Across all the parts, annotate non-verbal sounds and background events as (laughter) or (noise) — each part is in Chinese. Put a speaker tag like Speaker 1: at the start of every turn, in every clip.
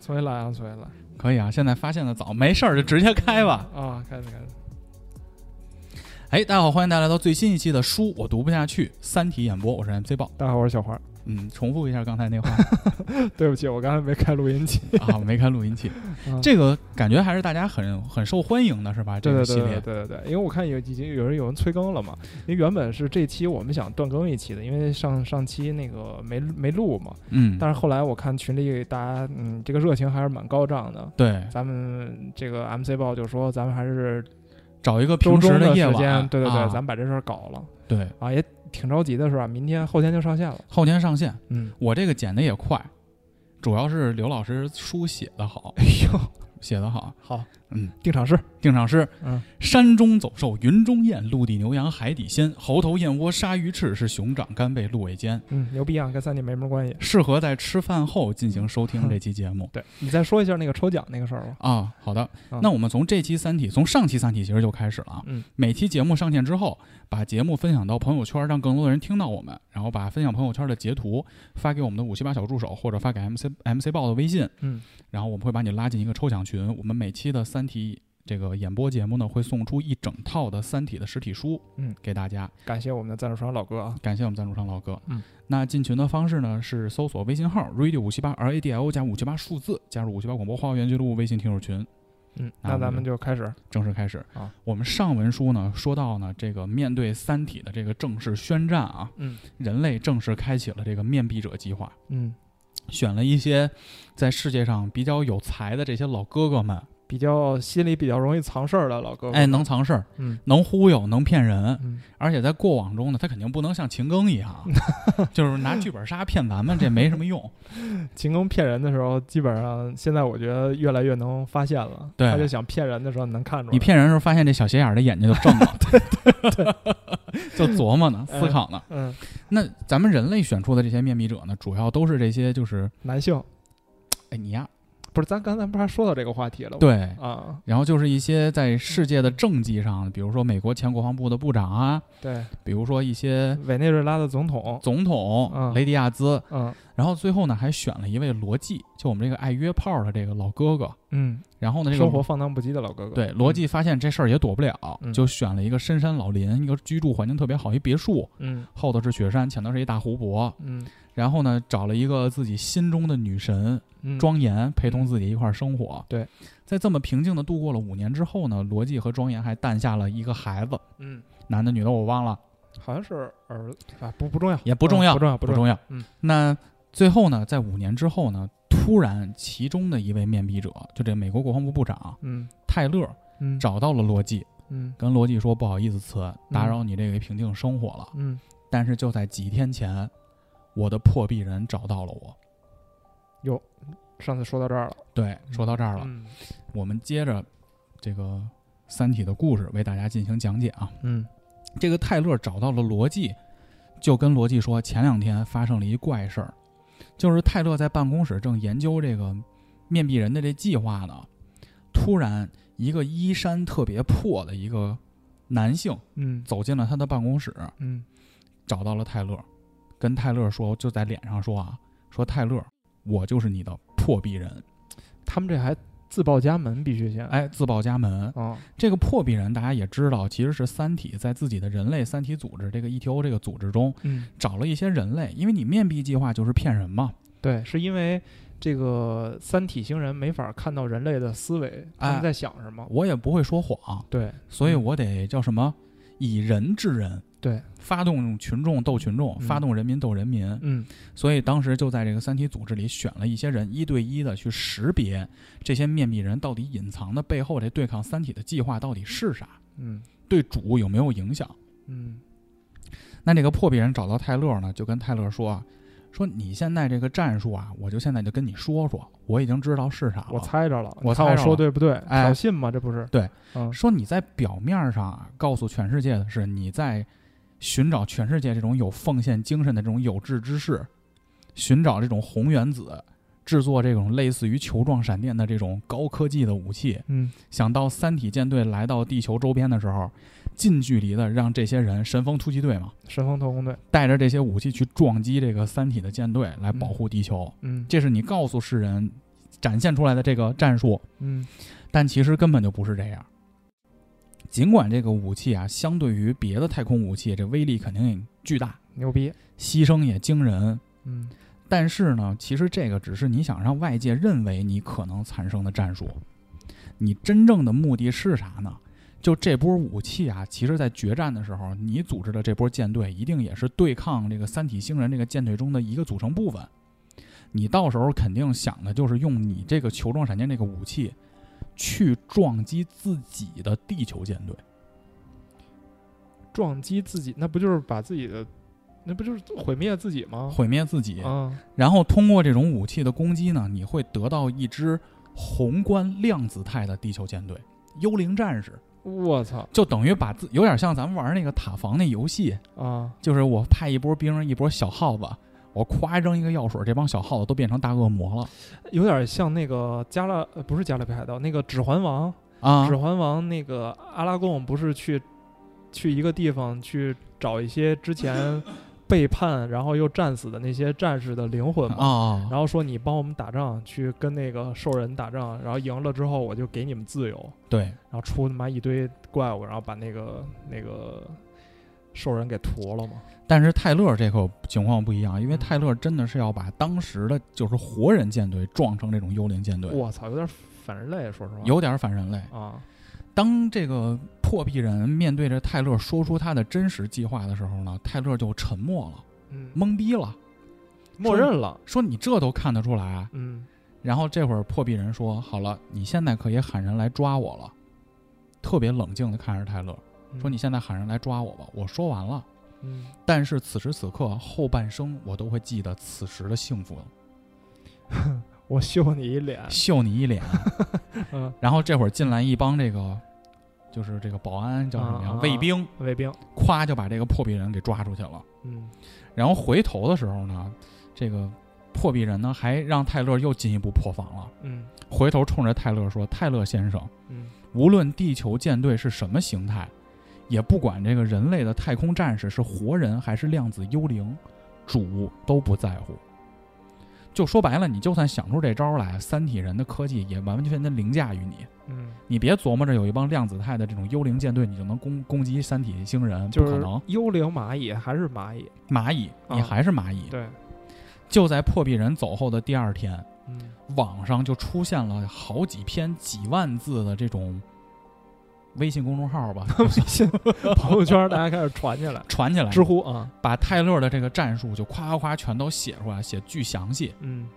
Speaker 1: 重新来啊，重新来
Speaker 2: 可以啊，现在发现的早，没事儿就直接开吧。
Speaker 1: 啊，开始开始。嗯
Speaker 2: 哎，大家好，欢迎大家来到最新一期的书我读不下去三体演播，我是 MC 豹。
Speaker 1: 大家好，我是小花。
Speaker 2: 嗯，重复一下刚
Speaker 1: (laughs)
Speaker 2: 才那话
Speaker 1: 对不起，我刚才没开录音机。
Speaker 2: 啊，没开录音器
Speaker 1: 啊。
Speaker 2: 这个感觉还是大家很很受欢迎的，是吧？这
Speaker 1: 对对
Speaker 2: 个系
Speaker 1: 对对
Speaker 2: 列
Speaker 1: 对对对，因为我看有已经有人有人催更了嘛，因为原本是这期我们想断更一期的，因为上上期那个没没录嘛，
Speaker 2: 嗯，
Speaker 1: 但是后来我看群里大家嗯这个热情还是蛮高涨的，
Speaker 2: 对，
Speaker 1: 咱们这个 MC 报就说咱们还是
Speaker 2: 找一个
Speaker 1: 周
Speaker 2: 平
Speaker 1: 中
Speaker 2: 时
Speaker 1: 的
Speaker 2: 夜
Speaker 1: 时
Speaker 2: 晚，
Speaker 1: 间，对对对，
Speaker 2: 啊
Speaker 1: 咱们把这事儿搞了
Speaker 2: 对
Speaker 1: 啊，也挺着急的是吧？明天后天就上线了，
Speaker 2: 后天上线。
Speaker 1: 嗯，
Speaker 2: 我这个剪的也快，主要是刘老师书写的好，
Speaker 1: 哎呦，
Speaker 2: 写的好。
Speaker 1: 好，
Speaker 2: 嗯，
Speaker 1: 定场诗，
Speaker 2: 定场诗：
Speaker 1: 嗯，
Speaker 2: 山中走兽，云中雁，陆地牛羊，海底鲜，猴头燕窝，鲨鱼翅，是熊掌，干贝，鹿尾尖。
Speaker 1: 嗯，牛逼啊，跟三体没什么关系。
Speaker 2: 适合在吃饭后进行收听这期节目。
Speaker 1: 对你再说一下那个抽奖那个事儿吧。
Speaker 2: 啊，好的
Speaker 1: 嗯，
Speaker 2: 那我们从这期《三体》，从上期《三体》其实就开始了啊。
Speaker 1: 嗯，
Speaker 2: 每期节目上线之后，把节目分享到朋友圈，让更多的人听到我们，然后把分享朋友圈的截图发给我们的五七八小助手，或者发给 MC MC 报的微信，
Speaker 1: 嗯，
Speaker 2: 然后我们会把你拉进一个抽奖群。我们每期的《三体》这个演播节目呢，会送出一整套的《三体》的实体书，
Speaker 1: 嗯，
Speaker 2: 给大家。
Speaker 1: 感谢我们的赞助商老哥啊。
Speaker 2: 感谢我们赞助商老哥。
Speaker 1: 嗯，
Speaker 2: 那进群的方式呢是搜索微信号 radio 五七八 r a d l 加五七八数字，加入五七八广播花园俱乐部微信听友群，
Speaker 1: 嗯，
Speaker 2: 那
Speaker 1: 那
Speaker 2: 我
Speaker 1: 咱们
Speaker 2: 们
Speaker 1: 就开始。
Speaker 2: 正式开始
Speaker 1: 啊。
Speaker 2: 我们上文书呢说到呢，这个面对《三体》的这个正式宣战啊，
Speaker 1: 嗯
Speaker 2: 人类正式开启了这个面壁者计划，
Speaker 1: 嗯，
Speaker 2: 选了一些在世界上比较有才的这些老哥哥们，
Speaker 1: 比较心里比较容易藏事儿的老哥。
Speaker 2: 哎，，能藏事儿，
Speaker 1: 嗯
Speaker 2: 能忽悠，能骗人，
Speaker 1: 嗯，
Speaker 2: 而且在过往中呢，他肯定不能像秦庚一样啊，
Speaker 1: (laughs)
Speaker 2: 就是拿剧本杀骗咱们，这没什么用。
Speaker 1: 秦庚骗人的时候，基本上现在我觉得越来越能发现了。
Speaker 2: 对
Speaker 1: 他就想骗人的时候你能看出来。
Speaker 2: 你骗人的时候，发现这小斜眼儿的眼睛就正
Speaker 1: (laughs)
Speaker 2: 了， (laughs) 就琢磨呢，思考呢。
Speaker 1: 嗯，
Speaker 2: 那咱们人类选出的这些面壁者呢，主要都是这些，就是
Speaker 1: 男性
Speaker 2: 哎你呀，
Speaker 1: 不是咱刚才不是还说到这个话题了吗？
Speaker 2: 对，
Speaker 1: 啊，
Speaker 2: 然后就是一些在世界的政绩上，比如说美国前国防部的部长啊，
Speaker 1: 对，
Speaker 2: 比如说一些
Speaker 1: 委内瑞拉的总统。
Speaker 2: 总统
Speaker 1: 嗯
Speaker 2: 雷迪亚兹，
Speaker 1: 嗯
Speaker 2: 然后最后呢还选了一位罗辑，就我们这个爱约炮的这个老哥哥。
Speaker 1: 嗯，
Speaker 2: 然后呢，这
Speaker 1: 生活
Speaker 2: 个
Speaker 1: 放荡不羁的老哥哥。
Speaker 2: 对罗辑发现这事儿也躲不了，
Speaker 1: 嗯
Speaker 2: 就选了一个深山老林，一个居住环境特别好，一别墅，
Speaker 1: 嗯。
Speaker 2: 后头是雪山，前头是一大湖泊，
Speaker 1: 嗯
Speaker 2: 然后呢，找了一个自己心中的女神
Speaker 1: 嗯，
Speaker 2: 庄严陪同自己一块儿生活。
Speaker 1: 对，
Speaker 2: 在这么平静的度过了五年之后呢，罗辑和庄严还诞下了一个孩子，
Speaker 1: 嗯，
Speaker 2: 男的女的我忘了，
Speaker 1: 好像是儿子啊，不不重要，
Speaker 2: 也不重
Speaker 1: 嗯
Speaker 2: 要，
Speaker 1: 不重要，不
Speaker 2: 不
Speaker 1: 要。
Speaker 2: 重要。
Speaker 1: 嗯，
Speaker 2: 那最后呢，在五年之后呢，突然其中的一位面壁者，就这美国国防部部长
Speaker 1: 嗯
Speaker 2: 泰勒
Speaker 1: 嗯，
Speaker 2: 找到了罗辑，
Speaker 1: 嗯
Speaker 2: 跟罗辑说不好意思，词打扰你这个平静生活了。
Speaker 1: 嗯，
Speaker 2: 但是就在几天前，我的破壁人找到了我。
Speaker 1: 上次说到这儿了，
Speaker 2: 对，说到这儿了。
Speaker 1: 嗯
Speaker 2: 我们接着这个《三体》的故事为大家进行讲解啊。
Speaker 1: 嗯
Speaker 2: 这个泰勒找到了罗辑，就跟罗辑说，前两天发生了一怪事儿，就是泰勒在办公室正研究这个面壁人的这计划呢，突然一个衣衫特别破的一个男性
Speaker 1: 嗯
Speaker 2: 走进了他的办公室，
Speaker 1: 嗯
Speaker 2: 找到了泰勒，跟泰勒说，就在脸上说啊，说泰勒，我就是你的破壁人，
Speaker 1: 他们这还自报家门，必须先
Speaker 2: 哎，自报家门。
Speaker 1: 啊，
Speaker 2: 这个破壁人，大家也知道，其实是《三体》在自己的人类三体组织这个 ETO 这个组织中
Speaker 1: 嗯，
Speaker 2: 找了一些人类，因为你面壁计划就是骗人嘛，
Speaker 1: 对，是因为这个三体星人没法看到人类的思维，他们
Speaker 2: 哎
Speaker 1: 在想什么？
Speaker 2: 我也不会说谎，
Speaker 1: 对
Speaker 2: 所以我得叫什么以人治人，
Speaker 1: 嗯对，
Speaker 2: 发动群众斗群众，
Speaker 1: 嗯
Speaker 2: 发动人民斗人民。
Speaker 1: 嗯
Speaker 2: 所以当时就在这个三体组织里选了一些人，一对一的去识别这些面壁人到底隐藏的背后这对抗三体的计划到底是啥，
Speaker 1: 嗯
Speaker 2: 对主有没有影响。
Speaker 1: 嗯
Speaker 2: 那这个破壁人找到泰勒呢，就跟泰勒说啊，说你现在这个战术啊，我就现在就跟你说说，我已经知道是啥了。
Speaker 1: 我猜着了，
Speaker 2: 我
Speaker 1: 你看我
Speaker 2: 猜着
Speaker 1: 说
Speaker 2: 了
Speaker 1: 对不对？
Speaker 2: 哎
Speaker 1: 挑衅嘛，这不是？
Speaker 2: 对，
Speaker 1: 嗯
Speaker 2: 说你在表面上啊，告诉全世界的是你在寻找全世界这种有奉献精神的这种有志之士，寻找这种红原子。制作这种类似于球状闪电的这种高科技的武器，
Speaker 1: 嗯
Speaker 2: 想到三体舰队来到地球周边的时候，近距离的让这些人神风突击队嘛，
Speaker 1: 神风特工队，
Speaker 2: 带着这些武器去撞击这个三体的舰队，来保护地球。
Speaker 1: 嗯
Speaker 2: 这是你告诉世人展现出来的这个战术，
Speaker 1: 嗯
Speaker 2: 但其实根本就不是这样。尽管这个武器啊，相对于别的太空武器，这威力肯定也巨大，
Speaker 1: 牛逼，
Speaker 2: 牺牲也惊人，
Speaker 1: 嗯
Speaker 2: 但是呢，其实这个只是你想让外界认为你可能产生的战术，你真正的目的是啥呢？就这波武器啊，其实在决战的时候，你组织的这波舰队一定也是对抗这个三体星人这个舰队中的一个组成部分。你到时候肯定想的就是用你这个球状闪电这个武器，去撞击自己的地球舰队。
Speaker 1: 撞击自己，那不就是把自己的，那不就是毁灭自己吗？
Speaker 2: 毁灭自己，
Speaker 1: 啊，
Speaker 2: 然后通过这种武器的攻击呢，你会得到一支宏观量子态的地球舰队——幽灵战士，
Speaker 1: 我操
Speaker 2: 就等于把自有点像咱们玩那个塔防那游戏，
Speaker 1: 啊！
Speaker 2: 就是我派一波兵，一波小耗子，我夸扔一个药水，这帮小耗子都变成大恶魔了
Speaker 1: 有点像那个加勒，呃不是加勒比海盗，那个《指环王》
Speaker 2: 啊
Speaker 1: 指！环王》那个阿拉贡不是去去一个地方去找一些之
Speaker 2: (laughs)
Speaker 1: 前背叛然后又战死的那些战士的灵魂吗？
Speaker 2: 啊，
Speaker 1: 然后说你帮我们打仗，去跟那个兽人打仗，然后赢了之后我就给你们自由，
Speaker 2: 对，
Speaker 1: 然后出他妈一堆怪物，然后把那个那个兽人给屠了嘛。
Speaker 2: 但是泰勒这个情况不一样，因为
Speaker 1: 嗯
Speaker 2: 泰勒真的是要把当时的就是活人舰队撞成这种幽灵舰队，
Speaker 1: 我操，有点反人类，说实话。
Speaker 2: 有点反人类。
Speaker 1: 啊，
Speaker 2: 当这个破壁人面对着泰勒说出他的真实计划的时候呢，泰勒就沉默了，
Speaker 1: 嗯，
Speaker 2: 懵逼了，
Speaker 1: 默认了，
Speaker 2: 说：“你这都看得出来啊
Speaker 1: 嗯，？”
Speaker 2: 然后这会儿破壁人说：“好了，你现在可以喊人来抓我了。”特别冷静地看着泰勒，
Speaker 1: 嗯
Speaker 2: 说：“你，现在喊人来抓我吧。”我说完了，
Speaker 1: 嗯，
Speaker 2: 但是此时此刻后半生我都会记得此时的幸福，
Speaker 1: 我秀你一脸，
Speaker 2: 秀你一脸。啊
Speaker 1: 嗯，
Speaker 2: (laughs) 然后这会儿进来一帮这个，就是这个保安叫什么呀？
Speaker 1: 啊啊啊
Speaker 2: 卫兵，
Speaker 1: 卫兵，
Speaker 2: 咵就把这个破壁人给抓出去了。
Speaker 1: 嗯，
Speaker 2: 然后回头的时候呢，这个破壁人呢还让泰勒又进一步破防了。
Speaker 1: 嗯，
Speaker 2: 回头冲着泰勒说：“泰勒先生，
Speaker 1: 嗯，
Speaker 2: 无论地球舰队是什么形态，也不管这个人类的太空战士是活人还是量子幽灵，主都不在乎。就说白了，你就算想出这招来，三体人的科技也完完全全凌驾于你。
Speaker 1: 嗯，
Speaker 2: 你别琢磨着有一帮量子态的这种幽灵舰队，你就能攻攻击三体星人，
Speaker 1: 就
Speaker 2: 不可
Speaker 1: 是
Speaker 2: 能。
Speaker 1: 幽灵蚂蚁还是蚂蚁，
Speaker 2: 蚂蚁，你
Speaker 1: 啊
Speaker 2: 还是蚂蚁。
Speaker 1: 对，
Speaker 2: 就在破壁人走后的第二天， (laughs)
Speaker 1: 嗯，
Speaker 2: 网上就出现了好几篇几万字的这种微信公众号吧，
Speaker 1: (laughs) 微信朋友圈大家开始传起来，
Speaker 2: 传起来，
Speaker 1: 知乎啊，
Speaker 2: 把泰勒的这个战术就夸夸夸全都写出来，写巨详细。
Speaker 1: 嗯，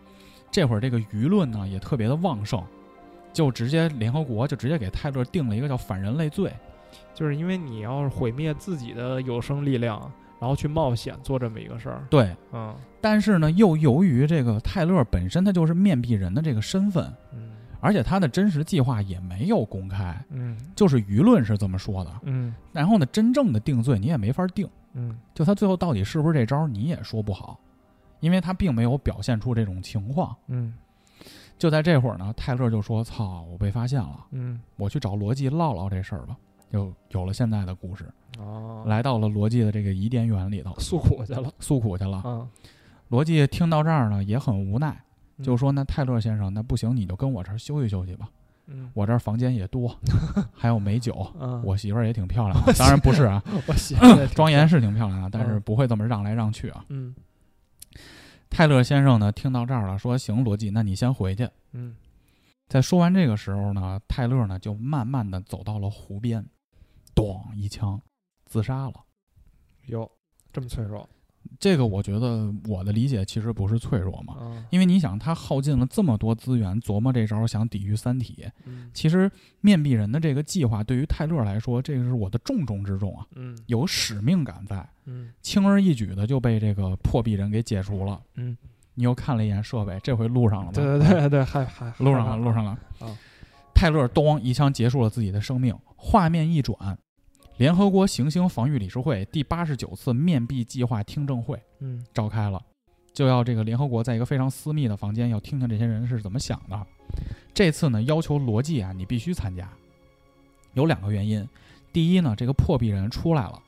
Speaker 2: 这会儿这个舆论呢也特别的旺盛，就直接联合国就直接给泰勒定了一个叫反人类罪。
Speaker 1: 就是因为你要是毁灭自己的有生力量，然后去冒险做这么一个事儿，
Speaker 2: 对，
Speaker 1: 嗯，
Speaker 2: 但是呢，又由于这个泰勒本身他就是面壁人的这个身份，
Speaker 1: 嗯，
Speaker 2: 而且他的真实计划也没有公开，
Speaker 1: 嗯，
Speaker 2: 就是舆论是这么说的。
Speaker 1: 嗯，
Speaker 2: 然后呢，真正的定罪你也没法定，
Speaker 1: 嗯，
Speaker 2: 就他最后到底是不是这招儿你也说不好，因为他并没有表现出这种情况。
Speaker 1: 嗯，
Speaker 2: 就在这会儿呢，泰勒就说：“操，我被发现了，
Speaker 1: 嗯，
Speaker 2: 我去找罗辑唠唠这事儿吧。”就有了现在的故事，
Speaker 1: 哦，
Speaker 2: 来到了罗辑的这个伊甸园里头
Speaker 1: 诉苦去了，
Speaker 2: 诉苦去了。
Speaker 1: 啊，
Speaker 2: 罗辑听到这儿呢，也很无奈，
Speaker 1: 嗯
Speaker 2: 就说：“那泰勒先生，那不行，你就跟我这儿休息休息吧。
Speaker 1: 嗯，
Speaker 2: 我这儿房间
Speaker 1: (laughs)
Speaker 2: 也多，还有美酒，
Speaker 1: 嗯，
Speaker 2: 我媳妇儿也挺漂亮的。当然不是啊，
Speaker 1: 我
Speaker 2: (laughs)
Speaker 1: 写的
Speaker 2: 庄严是挺漂亮的，但是不会这么让来让去啊。
Speaker 1: 嗯
Speaker 2: 泰勒先生呢，听到这儿了，说：“行，罗辑，那你先回去。”
Speaker 1: 嗯
Speaker 2: 在说完这个时候呢，泰勒呢就慢慢的走到了湖边，咚一枪自杀了。
Speaker 1: 哟，这么脆弱
Speaker 2: 这个我觉得我的理解其实不是脆弱嘛，
Speaker 1: 啊？
Speaker 2: 因为你想他耗尽了这么多资源琢磨这招想抵御三体，
Speaker 1: 嗯
Speaker 2: 其实面壁人的这个计划对于泰勒来说，这个是我的重中之重啊，
Speaker 1: 嗯
Speaker 2: 有使命感在，
Speaker 1: 嗯
Speaker 2: 轻而易举的就被这个破壁人给解除了。
Speaker 1: 嗯，
Speaker 2: 你又看了一眼设备，这回录上了吧？
Speaker 1: 对对对对，还还
Speaker 2: 录上了，录上了。
Speaker 1: 啊
Speaker 2: 泰勒咚一枪结束了自己的生命。画面一转，联合国行星防御理事会第八十九次面壁计划听证会
Speaker 1: 嗯
Speaker 2: 召开了，就要这个联合国在一个非常私密的房间，要听听这些人是怎么想的。这次呢，要求罗辑啊，你必须参加。有两个原因，第一呢，这个破壁人出来了，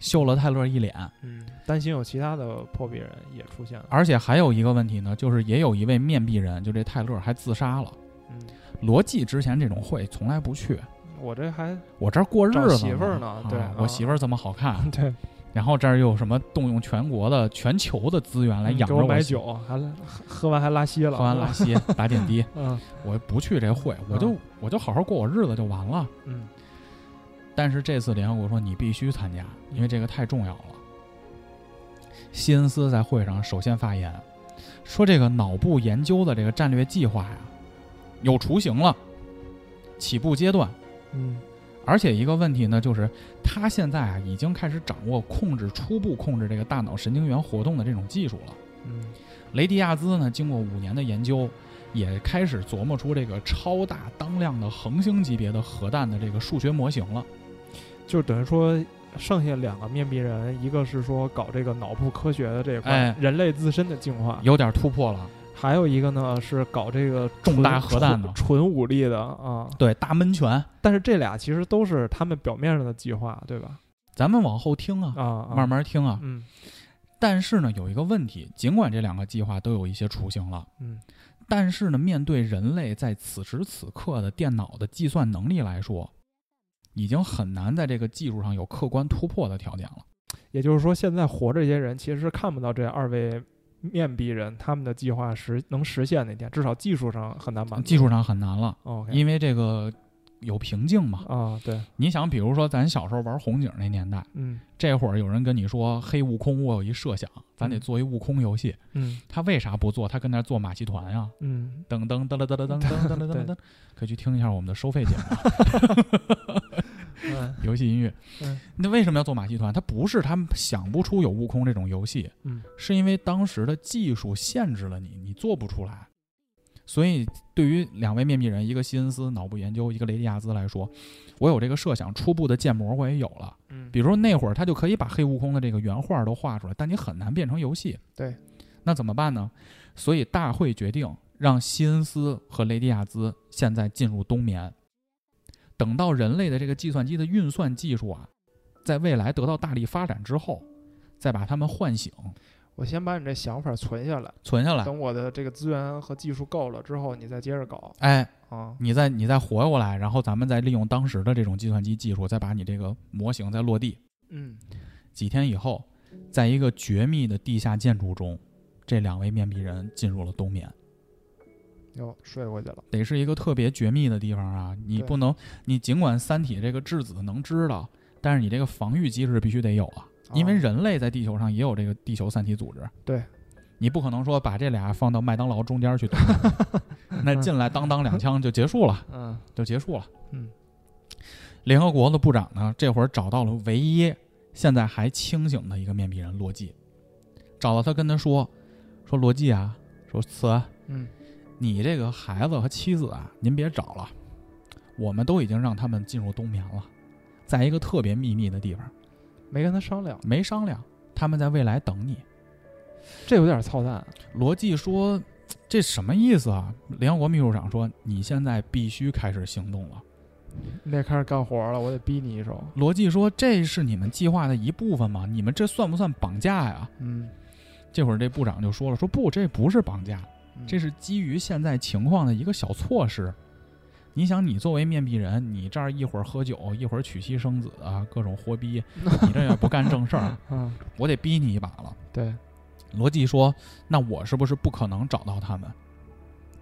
Speaker 2: 秀了泰勒一脸。
Speaker 1: 嗯，担心有其他的破壁人也出现了。
Speaker 2: 而且还有一个问题呢，就是也有一位面壁人，就这泰勒还自杀了。
Speaker 1: 嗯，
Speaker 2: 罗辑之前这种会从来不去，
Speaker 1: 我这
Speaker 2: (laughs)
Speaker 1: 还
Speaker 2: 我这儿过日子
Speaker 1: 找媳妇儿
Speaker 2: 呢
Speaker 1: 呢，对
Speaker 2: 啊
Speaker 1: 啊
Speaker 2: 我媳妇儿这么好看，啊
Speaker 1: 对
Speaker 2: 然后这儿又什么动用全国的、全球的资源来
Speaker 1: 嗯
Speaker 2: 养
Speaker 1: 给
Speaker 2: 着
Speaker 1: 我
Speaker 2: 我
Speaker 1: 买
Speaker 2: 媳妇儿，
Speaker 1: 酒，还拉喝喝完还拉稀了，啊
Speaker 2: 喝完拉稀打点滴，
Speaker 1: 嗯
Speaker 2: 我不去这会，我就我就好好过我日子就完了。
Speaker 1: 嗯
Speaker 2: 但是这次联合国说你必须参加，因为这个太重要了。希恩斯在会上首先发言，说这个脑部研究的这个战略计划呀，有雏形了，起步阶段。
Speaker 1: 嗯
Speaker 2: 而且一个问题呢，就是他现在啊已经开始掌握控制初步控制这个大脑神经元活动的这种技术了。
Speaker 1: 嗯
Speaker 2: 雷迪亚兹呢，经过五年的研究，也开始琢磨出这个超大当量的恒星级别的核弹的这个数学模型了。
Speaker 1: 就等于说剩下两个面壁人，一个是说搞这个脑部科学的这一块，
Speaker 2: 哎
Speaker 1: 人类自身的进化；
Speaker 2: 有点突破了。
Speaker 1: 还有一个呢是搞这个
Speaker 2: 重
Speaker 1: 纯
Speaker 2: 大核弹呢
Speaker 1: 纯纯武力的啊、
Speaker 2: 对，大闷拳，
Speaker 1: 但是这俩其实都是他们表面上的计划，对吧？
Speaker 2: 咱们往后听啊，
Speaker 1: 啊，啊
Speaker 2: 慢慢听啊。
Speaker 1: 嗯
Speaker 2: 但是呢，有一个问题，尽管这两个计划都有一些雏形了，
Speaker 1: 嗯
Speaker 2: 但是呢，面对人类在此时此刻的电脑的计算能力来说，已经很难在这个技术上有客观突破的条件了。
Speaker 1: 也就是说，现在活着这些人其实是看不到这二位面壁人他们的计划实能实现那天，至少技术上很难满足。
Speaker 2: 技术上很难了，
Speaker 1: OK
Speaker 2: 因为这个有瓶颈嘛。
Speaker 1: 啊，对，
Speaker 2: 你想，比如说咱小时候玩红警那年代，
Speaker 1: 嗯
Speaker 2: 这会儿有人跟你说黑悟空，我有一设想，咱得做一悟空游戏，
Speaker 1: 嗯
Speaker 2: 他为啥不做？他跟那儿做马戏团呀、
Speaker 1: 嗯，
Speaker 2: 噔噔噔了噔了噔噔噔
Speaker 1: (laughs)
Speaker 2: 了噔了噔，可以去听一下我们的收费节目啊
Speaker 1: 嗯
Speaker 2: 游戏音乐
Speaker 1: 嗯。
Speaker 2: 那为什么要做马戏团？它不是他们想不出有悟空这种游戏，
Speaker 1: 嗯
Speaker 2: 是因为当时的技术限制了你，你做不出来。所以，对于两位面壁人，一个希恩斯脑部研究，一个雷迪亚兹来说，我有这个设想，初步的建模我也有了。
Speaker 1: 嗯
Speaker 2: 比如说那会儿他就可以把黑悟空的这个原画都画出来，但你很难变成游戏。
Speaker 1: 对，
Speaker 2: 那怎么办呢？所以大会决定让希恩斯和雷迪亚兹现在进入冬眠，等到人类的这个计算机的运算技术啊，在未来得到大力发展之后，再把他们唤醒，
Speaker 1: 我先把你这想法存下来，
Speaker 2: 存下来。
Speaker 1: 等我的这个资源和技术够了之后，你再接着搞
Speaker 2: 哎，
Speaker 1: 啊。
Speaker 2: 你再你再活过来，然后咱们再利用当时的这种计算机技术，再把你这个模型再落地。
Speaker 1: 嗯，
Speaker 2: 几天以后，在一个绝密的地下建筑中，这两位面壁人进入了冬眠。
Speaker 1: 又睡过去了。
Speaker 2: 得是一个特别绝密的地方啊！你
Speaker 1: 对
Speaker 2: 不能，你尽管《三体》这个质子能知道，但是你这个防御机制必须得有啊，因为
Speaker 1: 啊
Speaker 2: 人类在地球上也有这个地球三体组织。
Speaker 1: 对，
Speaker 2: 你不可能说把这俩放到麦当劳
Speaker 1: (laughs)
Speaker 2: 中间去打，那进来当当两枪就结束了，
Speaker 1: 嗯
Speaker 2: 就结束了。
Speaker 1: 嗯，
Speaker 2: 联合国的部长呢，这会儿找到了唯一现在还清醒的一个面壁人罗辑，找到他跟他说，说罗辑啊，说慈安。
Speaker 1: 嗯
Speaker 2: 你这个孩子和妻子啊，您别找了，我们都已经让他们进入冬眠了，在一个特别秘密的地方，
Speaker 1: 没跟他商量，
Speaker 2: 没商量，他们在未来等你。
Speaker 1: 这有点操蛋。
Speaker 2: 罗辑说：“这什么意思啊？”联合国秘书长说：“你现在必须开始行动了。
Speaker 1: 你得开始干活了，我得逼你一手。”
Speaker 2: 罗辑说：“这是你们计划的一部分吗？你们这算不算绑架呀
Speaker 1: 嗯，？”
Speaker 2: 这会儿这部长就说了：“说不，这不是绑架，
Speaker 1: 嗯
Speaker 2: 这是基于现在情况的一个小措施。你想，你作为面壁人，你这儿一会儿喝酒，一会儿娶妻生子啊，各种活逼，你这也不干正事儿，
Speaker 1: 嗯，
Speaker 2: 我得逼你一把了。
Speaker 1: 对，
Speaker 2: 罗辑说：“那我是不是不可能找到他们？”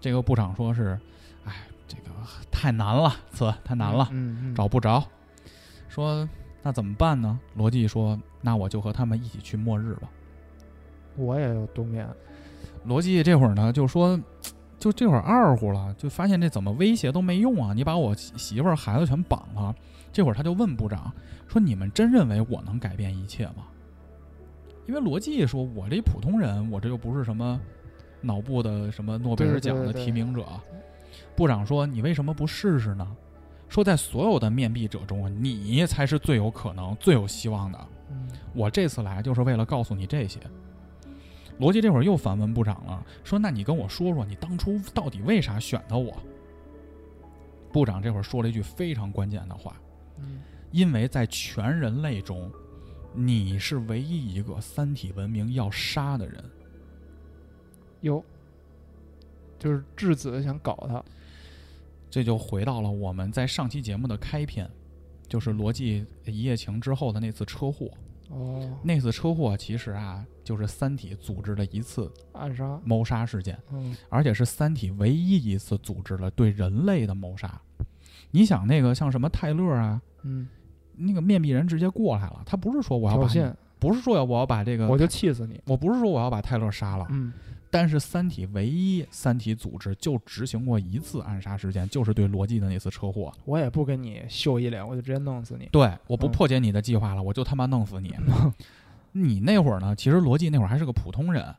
Speaker 2: 这个部长说是：“哎，这个太难了，此太难了，
Speaker 1: 嗯，嗯
Speaker 2: 找不着。”说：“那怎么办呢？”罗辑说：“那我就和他们一起去末日吧。”
Speaker 1: 我也有冬眠。
Speaker 2: 罗辑这会儿呢就说，就这会儿二乎了，就发现这怎么威胁都没用啊！你把我媳媳妇儿、孩子全绑了。这会儿他就问部长说：“你们真认为我能改变一切吗？”因为罗辑说：“我这普通人，我这又不是什么脑部的什么诺贝尔奖的
Speaker 1: 对对对对
Speaker 2: 提名者。部长说：“你为什么不试试呢？”说在所有的面壁者中，啊你才是最有可能、最有希望的。
Speaker 1: 嗯
Speaker 2: 我这次来就是为了告诉你这些。罗辑这会儿又反问部长了，说：“那你跟我说说，你当初到底为啥选的我？”部长这会儿说了一句非常关键的话：“
Speaker 1: 嗯
Speaker 2: 因为在全人类中，你是唯一一个三体文明要杀的人。
Speaker 1: 有，就是质子想搞他，
Speaker 2: 这就回到了我们在上期节目的开篇，就是罗辑一夜情之后的那次车祸。
Speaker 1: 哦，
Speaker 2: 那次车祸其实啊，就是三体组织的一次
Speaker 1: 暗杀，
Speaker 2: 谋杀事件，
Speaker 1: 嗯，
Speaker 2: 而且是三体唯一一次组织了对人类的谋杀。你想那个像什么泰勒啊，
Speaker 1: 嗯，
Speaker 2: 那个面壁人直接过来了，他不是说我要
Speaker 1: 挑
Speaker 2: 把你
Speaker 1: 衅，
Speaker 2: 不是说要我要把这个，
Speaker 1: 我就气死你，
Speaker 2: 我不是说我要把泰勒杀了，
Speaker 1: 嗯，
Speaker 2: 但是三体唯一三体组织就执行过一次暗杀事件，就是对罗辑的那次车祸。
Speaker 1: 我也不跟你秀一脸，我就直接弄死你，
Speaker 2: 对，我不
Speaker 1: 嗯
Speaker 2: 破解你的计划了，我就他妈弄死你。 (laughs) 你那会儿呢，其实罗辑那会儿还是个普通人，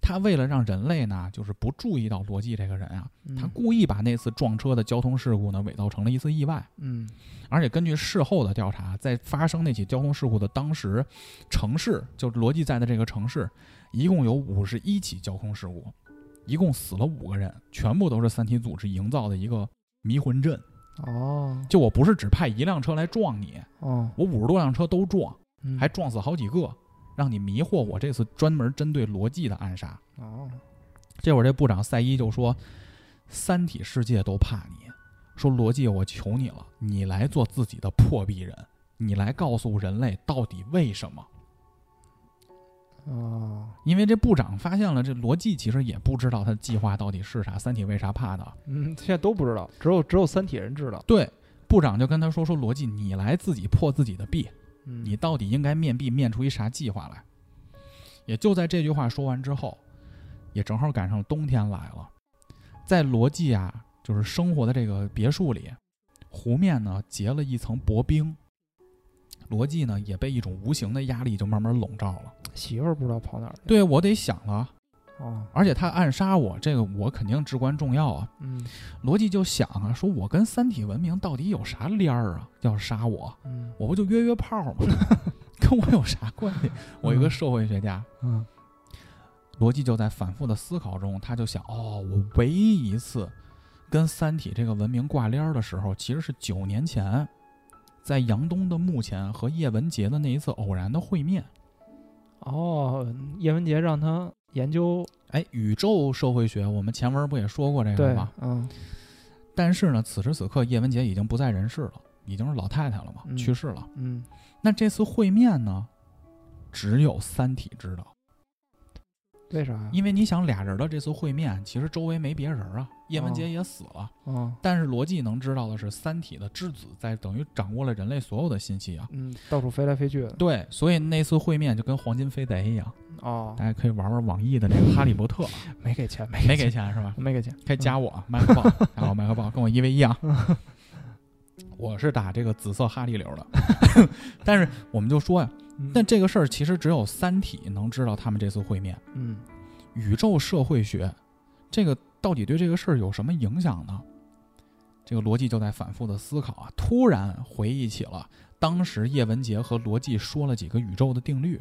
Speaker 2: 他为了让人类呢，就是不注意到罗辑这个人啊，
Speaker 1: 嗯
Speaker 2: 他故意把那次撞车的交通事故呢伪造成了一次意外。
Speaker 1: 嗯
Speaker 2: 而且根据事后的调查，在发生那起交通事故的当时，城市就是罗辑在的这个城市，一共有五十一起交通事故，一共死了五个人，全部都是三体组织营造的一个迷魂阵。
Speaker 1: 哦
Speaker 2: 就我不是只派一辆车来撞你，
Speaker 1: 哦，
Speaker 2: 我五十多辆车都撞，
Speaker 1: 嗯
Speaker 2: 还撞死好几个，让你迷惑我这次专门针对罗辑的暗杀。
Speaker 1: 哦，
Speaker 2: 这会儿这部长赛伊就说：“三体世界都怕你，说罗辑，我求你了，你来做自己的破壁人，你来告诉人类到底为什么。”
Speaker 1: 哦，
Speaker 2: 因为这部长发现了，这罗辑其实也不知道他的计划到底是啥，三体为啥怕他。
Speaker 1: 嗯，现在都不知道，只有只有三体人知道，
Speaker 2: 对，部长就跟他说：“说罗辑，你来自己破自己的壁，
Speaker 1: 嗯，
Speaker 2: 你到底应该面壁面出一啥计划来？也就在这句话说完之后，也正好赶上冬天来了，在罗辑啊，就是生活的这个别墅里，湖面呢结了一层薄冰，罗辑呢也被一种无形的压力就慢慢笼罩了。
Speaker 1: 媳妇儿不知道跑哪儿去，
Speaker 2: 对我得想了，
Speaker 1: 哦，
Speaker 2: 而且他暗杀我，这个我肯定至关重要啊。
Speaker 1: 嗯
Speaker 2: 罗辑就想啊，说我跟三体文明到底有啥联儿啊？要杀我，
Speaker 1: 嗯
Speaker 2: 我不就约约炮吗？ (laughs) 跟我有啥关系？我一个社会学家，
Speaker 1: 嗯
Speaker 2: 罗辑就在反复的思考中，他就想，哦，我唯一一次跟《三体》这个文明挂链儿的时候，其实是九年前，在杨东的墓前和叶文洁的那一次偶然的会面。
Speaker 1: 哦，叶文洁让他研究，
Speaker 2: 哎，宇宙社会学，我们前文不也说过这个
Speaker 1: 对
Speaker 2: 吗？，
Speaker 1: 嗯
Speaker 2: 但是呢，此时此刻，叶文洁已经不在人世了，已经是老太太了嘛，
Speaker 1: 嗯
Speaker 2: 去世了。
Speaker 1: 嗯，
Speaker 2: 那这次会面呢，只有《三体》知道。
Speaker 1: 为啥呀？
Speaker 2: 因为你想俩人的这次会面，其实周围没别人啊，叶文洁也死了，
Speaker 1: 嗯
Speaker 2: 但是罗辑能知道的是，《三体》的质子在等于掌握了人类所有的信息啊。
Speaker 1: 嗯，到处飞来飞去的，
Speaker 2: 对，所以那次会面就跟黄金飞贼一样，
Speaker 1: 哦
Speaker 2: 大，家可以玩玩网易的那个《哈利波特》，
Speaker 1: 没给钱，没
Speaker 2: 没给钱是吧？
Speaker 1: 没给钱，
Speaker 2: 可以加我啊麦克豹，然后麦克豹跟我一 v 一啊。我是打这个紫色哈利流的， (laughs) 但是我们就说呀、
Speaker 1: 嗯
Speaker 2: 但这个事儿其实只有《三体》能知道他们这次会面。
Speaker 1: 嗯
Speaker 2: 宇宙社会学，这个到底对这个事儿有什么影响呢？这个罗辑就在反复的思考啊，突然回忆起了当时叶文洁和罗辑说了几个宇宙的定律，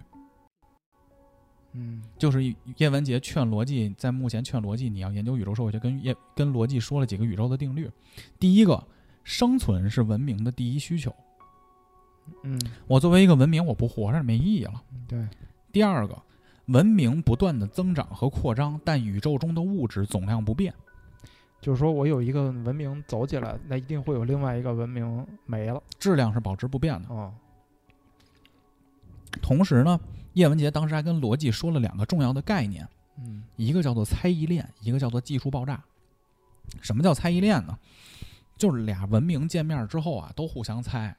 Speaker 1: 嗯
Speaker 2: 就是叶文洁劝罗辑在目前劝罗辑你要研究宇宙社会学，跟叶跟罗辑说了几个宇宙的定律。第一个，生存是文明的第一需求。
Speaker 1: 嗯，
Speaker 2: 我作为一个文明，我不活着没意义了。
Speaker 1: 对，
Speaker 2: 第二个，文明不断的增长和扩张，但宇宙中的物质总量不变。
Speaker 1: 就是说我有一个文明走起来，那一定会有另外一个文明没了，
Speaker 2: 质量是保持不变的。
Speaker 1: 哦，
Speaker 2: 同时呢，叶文洁当时还跟罗辑说了两个重要的概念，
Speaker 1: 嗯
Speaker 2: 一个叫做猜疑链，一个叫做技术爆炸。什么叫猜疑链呢？就是俩文明见面之后啊，都互相猜，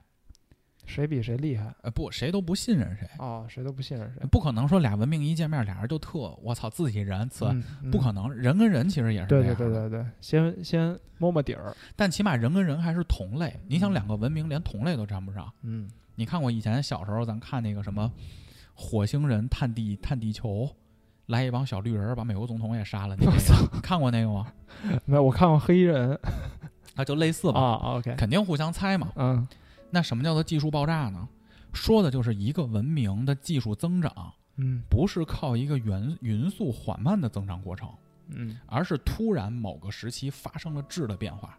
Speaker 1: 谁比谁厉害？
Speaker 2: 呃，不，谁都不信任谁，
Speaker 1: 哦，谁都不信任谁，
Speaker 2: 不可能说俩文明一见面，俩人就特我操自己人，次、
Speaker 1: 嗯
Speaker 2: 不可。
Speaker 1: 嗯
Speaker 2: 能，人跟人其实也是这
Speaker 1: 对
Speaker 2: 样
Speaker 1: 对
Speaker 2: 的，
Speaker 1: 对对对，先先摸摸底儿，
Speaker 2: 但起码人跟人还是同类。你想，
Speaker 1: 嗯
Speaker 2: 两个文明连同类都沾不上，
Speaker 1: 嗯
Speaker 2: 你看过以前小时候咱看那个什么火星人探地探地球，来一帮小绿人儿把美国总统也杀了，你、那个、看过那个吗？
Speaker 1: 没有，我看过黑衣人
Speaker 2: 啊，就类似吧，
Speaker 1: 啊，OK，
Speaker 2: 肯定互相猜嘛。
Speaker 1: 嗯
Speaker 2: 那什么叫做技术爆炸呢？说的就是一个文明的技术增长，
Speaker 1: 嗯
Speaker 2: 不是靠一个匀匀速缓慢的增长过程，
Speaker 1: 嗯
Speaker 2: 而是突然某个时期发生了质的变化。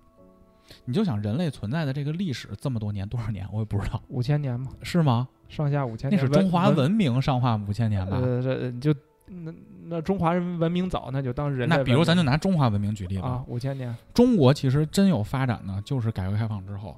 Speaker 2: 你就想人类存在的这个历史这么多年多少年，我也不知道，
Speaker 1: 五千年嘛，
Speaker 2: 是吗？
Speaker 1: 上下五千
Speaker 2: 那
Speaker 1: 年，
Speaker 2: 是中华
Speaker 1: 文
Speaker 2: 文明上化五千年吧？
Speaker 1: 呃，这你就那那中华人文明早，那就当人类文明。
Speaker 2: 那比如咱就拿中华文明举例吧，
Speaker 1: 啊，五千年，
Speaker 2: 中国其实真有发展呢，就是改革开放之后，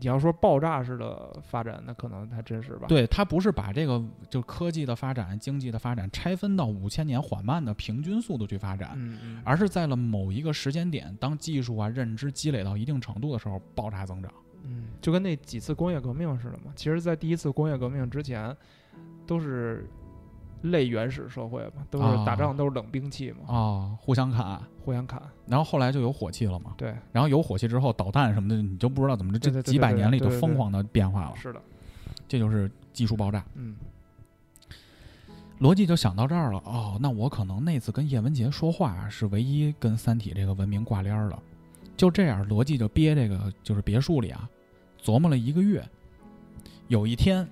Speaker 1: 你要说爆炸式的发展，那可能还真是吧。，
Speaker 2: 对，它不是把这个就科技的发展、经济的发展拆分到五千年缓慢的平均速度去发展，
Speaker 1: 嗯嗯，
Speaker 2: 而是在了某一个时间点，当技术啊、认知积累到一定程度的时候，爆炸增长。
Speaker 1: 嗯，就跟那几次工业革命似的嘛。其实，在第一次工业革命之前，都是类原始社会嘛，都是打仗都是冷兵器嘛，
Speaker 2: 啊，互相砍，
Speaker 1: 互相砍。
Speaker 2: 然后后来就有火器了嘛，
Speaker 1: 对，
Speaker 2: 然后有火器之后，导弹什么的，你就不知道怎么
Speaker 1: 对
Speaker 2: 这
Speaker 1: 对对
Speaker 2: 几百
Speaker 1: 对对
Speaker 2: 年里就
Speaker 1: 对对
Speaker 2: 疯
Speaker 1: 对
Speaker 2: 狂的变化了，
Speaker 1: 是的，
Speaker 2: 这就是技术爆炸。
Speaker 1: 嗯
Speaker 2: 逻辑就想到这儿了，哦，那我可能那次跟叶文洁说话啊是唯一跟《三体》这个文明挂帘儿的。就这样，逻辑就憋这个就是别墅里啊，琢磨了一个月。有一天，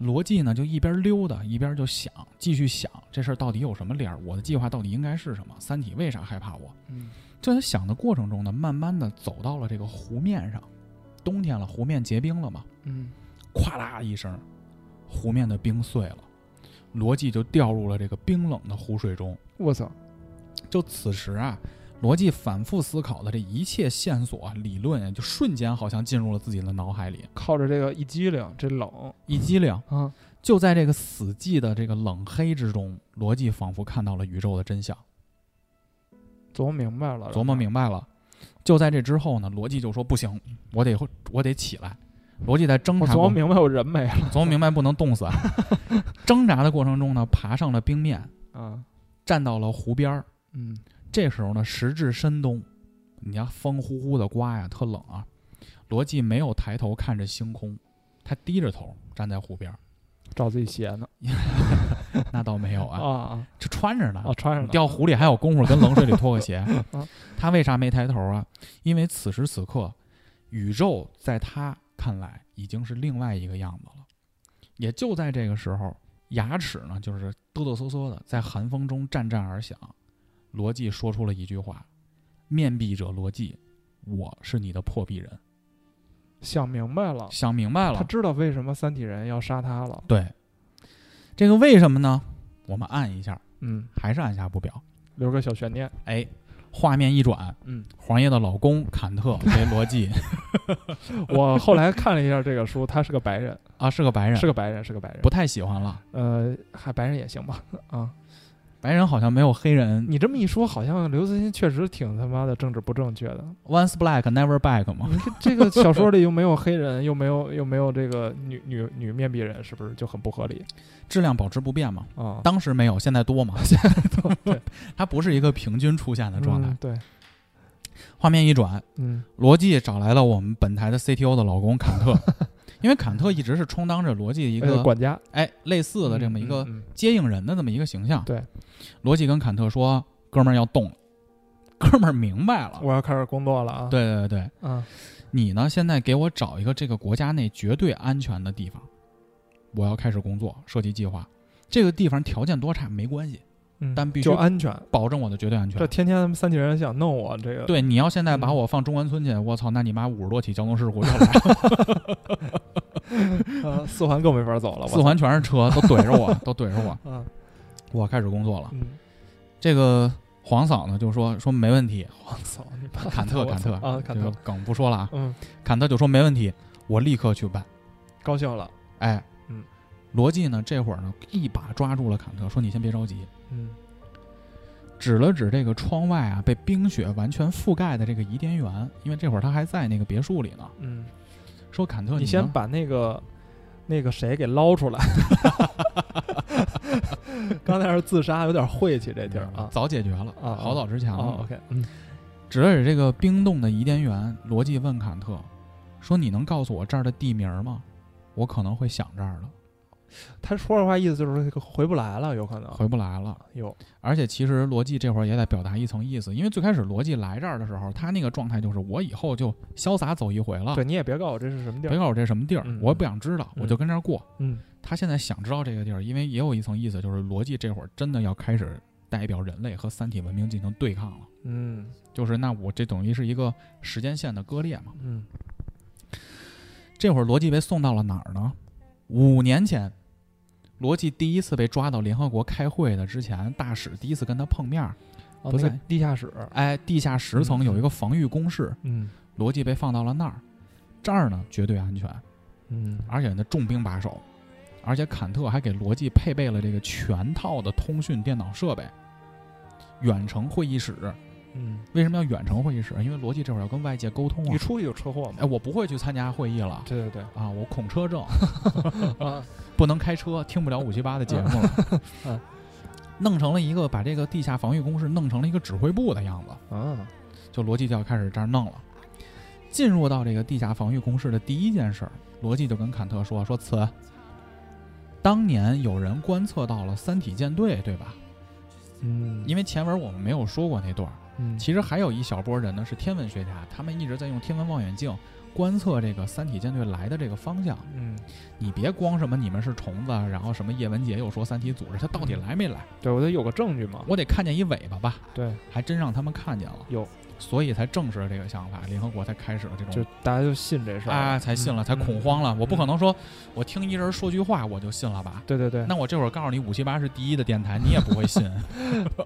Speaker 2: 逻辑呢就一边溜达一边就想，继续想这事儿到底有什么帘儿，我的计划到底应该是什么？《三体》为啥害怕我？
Speaker 1: 嗯
Speaker 2: 就在想的过程中呢，慢慢的走到了这个湖面上。冬天了，湖面结冰了嘛，
Speaker 1: 嗯，
Speaker 2: 咵啦一声，湖面的冰碎了，罗辑就掉入了这个冰冷的湖水中。
Speaker 1: 我操，
Speaker 2: 就此时啊，罗辑反复思考的这一切线索、理论啊，就瞬间好像进入了自己的脑海里。
Speaker 1: 靠着这个一激灵，这冷
Speaker 2: 一激灵，
Speaker 1: 啊，
Speaker 2: 就在这个死寂的这个冷黑之中，罗辑仿佛看到了宇宙的真相，
Speaker 1: 琢磨明白了，
Speaker 2: 琢磨明白了。就在这之后呢，罗辑就说：“不行，我得我得起来。”罗辑在挣
Speaker 1: 我
Speaker 2: 扎
Speaker 1: 琢磨
Speaker 2: 过
Speaker 1: 明白，我人没了
Speaker 2: 琢磨明白不能冻
Speaker 1: (laughs)
Speaker 2: 死啊。挣扎的过程中呢，爬上了冰面，
Speaker 1: 啊，
Speaker 2: 站到了湖边儿。
Speaker 1: 嗯
Speaker 2: 这时候呢，时至深冬，你看风呼呼的刮呀，特冷啊。罗辑没有抬头看着星空，他低着头站在湖边儿。
Speaker 1: 找自己鞋呢
Speaker 2: 那倒没有
Speaker 1: 啊
Speaker 2: 啊，
Speaker 1: 啊
Speaker 2: 这穿着呢，
Speaker 1: 啊，穿上了
Speaker 2: 掉湖里还有功夫跟冷水里脱个鞋
Speaker 1: 啊。
Speaker 2: 他为啥没抬头啊？因为此时此刻，宇宙在他看来已经是另外一个样子了。也就在这个时候，牙齿呢就是哆哆嗦嗦的，在寒风中战战而响。罗辑说出了一句话：“面壁者罗辑，我是你的破壁人。
Speaker 1: 想明白”了，
Speaker 2: 想明白
Speaker 1: 他
Speaker 2: 了，
Speaker 1: 知道为什么三体人要杀他了，
Speaker 2: 对，这个为什么呢？我们按一下，
Speaker 1: 嗯，
Speaker 2: 还是按下不表。
Speaker 1: 留个小悬念，
Speaker 2: 哎，画面一转，
Speaker 1: 嗯，
Speaker 2: 黄爷的老公坎特为罗辑
Speaker 1: (laughs) 我后来看了一下这个书，他是个白
Speaker 2: (laughs)
Speaker 1: 人，
Speaker 2: 啊，是个白人，
Speaker 1: 是个白人，是个白人
Speaker 2: 不，太喜欢了。
Speaker 1: 呃，还白人也行吧，啊，
Speaker 2: 白人好像没有黑人
Speaker 1: 你这么一说，好像刘慈欣确实挺他妈的政治不正确
Speaker 2: (laughs)
Speaker 1: 的。
Speaker 2: ，once black never back 嘛。
Speaker 1: 你看这个小说里又没有黑人，又没有 (laughs) 又没有这个女女女面壁人，是不是就很不合理
Speaker 2: 质量保持不变嘛。
Speaker 1: 啊？
Speaker 2: 当时没有，现在
Speaker 1: (laughs)
Speaker 2: 多嘛。 (laughs)
Speaker 1: 对
Speaker 2: 它不是一个平均出现的状态。
Speaker 1: 嗯对，
Speaker 2: 画面一转，
Speaker 1: 嗯
Speaker 2: 罗辑找来了我们本台的 CTO 的老公坎
Speaker 1: (laughs)
Speaker 2: 特，因为坎特一直是充当着罗辑一
Speaker 1: 一
Speaker 2: 个
Speaker 1: 呃管家
Speaker 2: 哎类似的这么一个
Speaker 1: 嗯嗯嗯
Speaker 2: 接应人的这么一个形象。
Speaker 1: 对，
Speaker 2: 罗辑跟坎特说：“哥们儿要动了，哥们儿明白了。”
Speaker 1: 我要开始工作了啊。
Speaker 2: 对对对对，
Speaker 1: 啊，
Speaker 2: 你呢？现在给我找一个这个国家内绝对安全的地方，我要开始工作，设计计划。这个地方条件多差没关系，
Speaker 1: 嗯
Speaker 2: 但必须
Speaker 1: 就安全。
Speaker 2: 保证我的绝对安全
Speaker 1: 这。天天他们三体人想弄我，这个
Speaker 2: 对，你要现在把我放中关村去，我操，那你妈五十多起交通事故又来了，
Speaker 1: 呃四环更没法走了。我操
Speaker 2: 四环全是车，都怼着我，都怼着
Speaker 1: (laughs)
Speaker 2: 我。
Speaker 1: 啊，
Speaker 2: 我开始工作了。 (laughs)
Speaker 1: 嗯，
Speaker 2: 这个黄嫂呢就说说没问题， (laughs)
Speaker 1: 我操你妈！
Speaker 2: 坎特
Speaker 1: 我
Speaker 2: 坎
Speaker 1: 操
Speaker 2: 特
Speaker 1: 嗯 (laughs) 啊，坎
Speaker 2: 这个
Speaker 1: 特，
Speaker 2: 梗不说了啊，
Speaker 1: 嗯，
Speaker 2: 坎特就说没问题，我立刻去办。
Speaker 1: 高兴了，
Speaker 2: 哎，
Speaker 1: 嗯，
Speaker 2: 罗辑呢这会儿呢一把抓住了坎特，说你先别着急，
Speaker 1: 嗯
Speaker 2: 指了指这个窗外啊，被冰雪完全覆盖的这个伊甸园，因为这会儿他还在那个别墅里呢。
Speaker 1: 嗯，
Speaker 2: 说坎特，
Speaker 1: 你
Speaker 2: 你
Speaker 1: 先
Speaker 2: 能
Speaker 1: 把那个那个谁给捞出来。刚才是自杀，有点晦气这地儿啊。
Speaker 2: 嗯早解决了，
Speaker 1: 啊
Speaker 2: 好早之前了。
Speaker 1: 哦，OK，嗯
Speaker 2: 指了指这个冰冻的伊甸园，罗辑问坎特说：“你能告诉我这儿的地名吗？我可能会想这儿了，
Speaker 1: 他说实话意思就是回不来了，有可能。
Speaker 2: 回不来了。
Speaker 1: 有，”
Speaker 2: 而且其实罗辑这会儿也在表达一层意思，因为最开始罗辑来这儿的时候，他那个状态就是我以后就潇洒走一回了，
Speaker 1: 对，你也别告诉我这是什么地儿。
Speaker 2: 别啊告诉我这什么地儿
Speaker 1: 嗯，
Speaker 2: 我也不想知道，
Speaker 1: 嗯
Speaker 2: 我就跟这儿过。
Speaker 1: 嗯
Speaker 2: 他现在想知道这个地儿，因为也有一层意思，就是罗辑这会儿真的要开始代表人类和三体文明进行对抗了。
Speaker 1: 嗯
Speaker 2: 就是那我这等于是一个时间线的割裂嘛。
Speaker 1: 嗯
Speaker 2: 这会儿罗辑被送到了哪儿呢？五年前，罗辑第一次被抓到联合国开会的之前，大使第一次跟他碰面儿。
Speaker 1: 哦，
Speaker 2: 不
Speaker 1: 那个
Speaker 2: 在
Speaker 1: 地下室，
Speaker 2: 哎，地下十层有一个防御工事，
Speaker 1: 嗯
Speaker 2: 罗辑被放到了那儿。这儿呢，绝对安全，
Speaker 1: 嗯
Speaker 2: 而且呢重兵把守，而且坎特还给罗辑配备了这个全套的通讯电脑设备，远程会议室。
Speaker 1: 嗯，
Speaker 2: 为什么要远程会议室？因为罗辑这会儿要跟外界沟通啊
Speaker 1: 一。出去就车祸嘛
Speaker 2: 哎，，我不会去参加会议了
Speaker 1: 对对对
Speaker 2: 啊，我恐车症。
Speaker 1: 啊，
Speaker 2: 不能开车，听不了五七八的节目了。
Speaker 1: 嗯，
Speaker 2: (laughs) 弄成了一个把这个地下防御工事弄成了一个指挥部的样子，
Speaker 1: 啊，
Speaker 2: 就罗辑就要开始这儿弄了。进入到这个地下防御工事的第一件事儿，罗辑就跟坎特说：“说此，当年有人观测到了三体舰队，对吧？
Speaker 1: 嗯，
Speaker 2: 因为前文我们没有说过那段儿。
Speaker 1: 嗯
Speaker 2: 其实还有一小波人呢，是天文学家，他们一直在用天文望远镜观测这个三体舰队来的这个方向。
Speaker 1: 嗯，
Speaker 2: 你别光什么你们是虫子，然后什么叶文洁又说三体组织，他到底来没来？
Speaker 1: 对我得有个证据嘛，
Speaker 2: 我得看见一尾巴吧，
Speaker 1: 对，
Speaker 2: 还真让他们看见了，
Speaker 1: 有，
Speaker 2: 所以才证实了这个想法，联合国才开始了这
Speaker 1: 就
Speaker 2: 种。
Speaker 1: 大家就信这事儿
Speaker 2: 啊，
Speaker 1: 了，
Speaker 2: 才信了，
Speaker 1: 嗯
Speaker 2: 才恐慌。了。
Speaker 1: 嗯
Speaker 2: 我不可能说，我听一人说句话我就信了吧
Speaker 1: 嗯？对对对，
Speaker 2: 那我这会儿告诉你，五七八是第一的电台，你也不
Speaker 1: (laughs)
Speaker 2: 会信。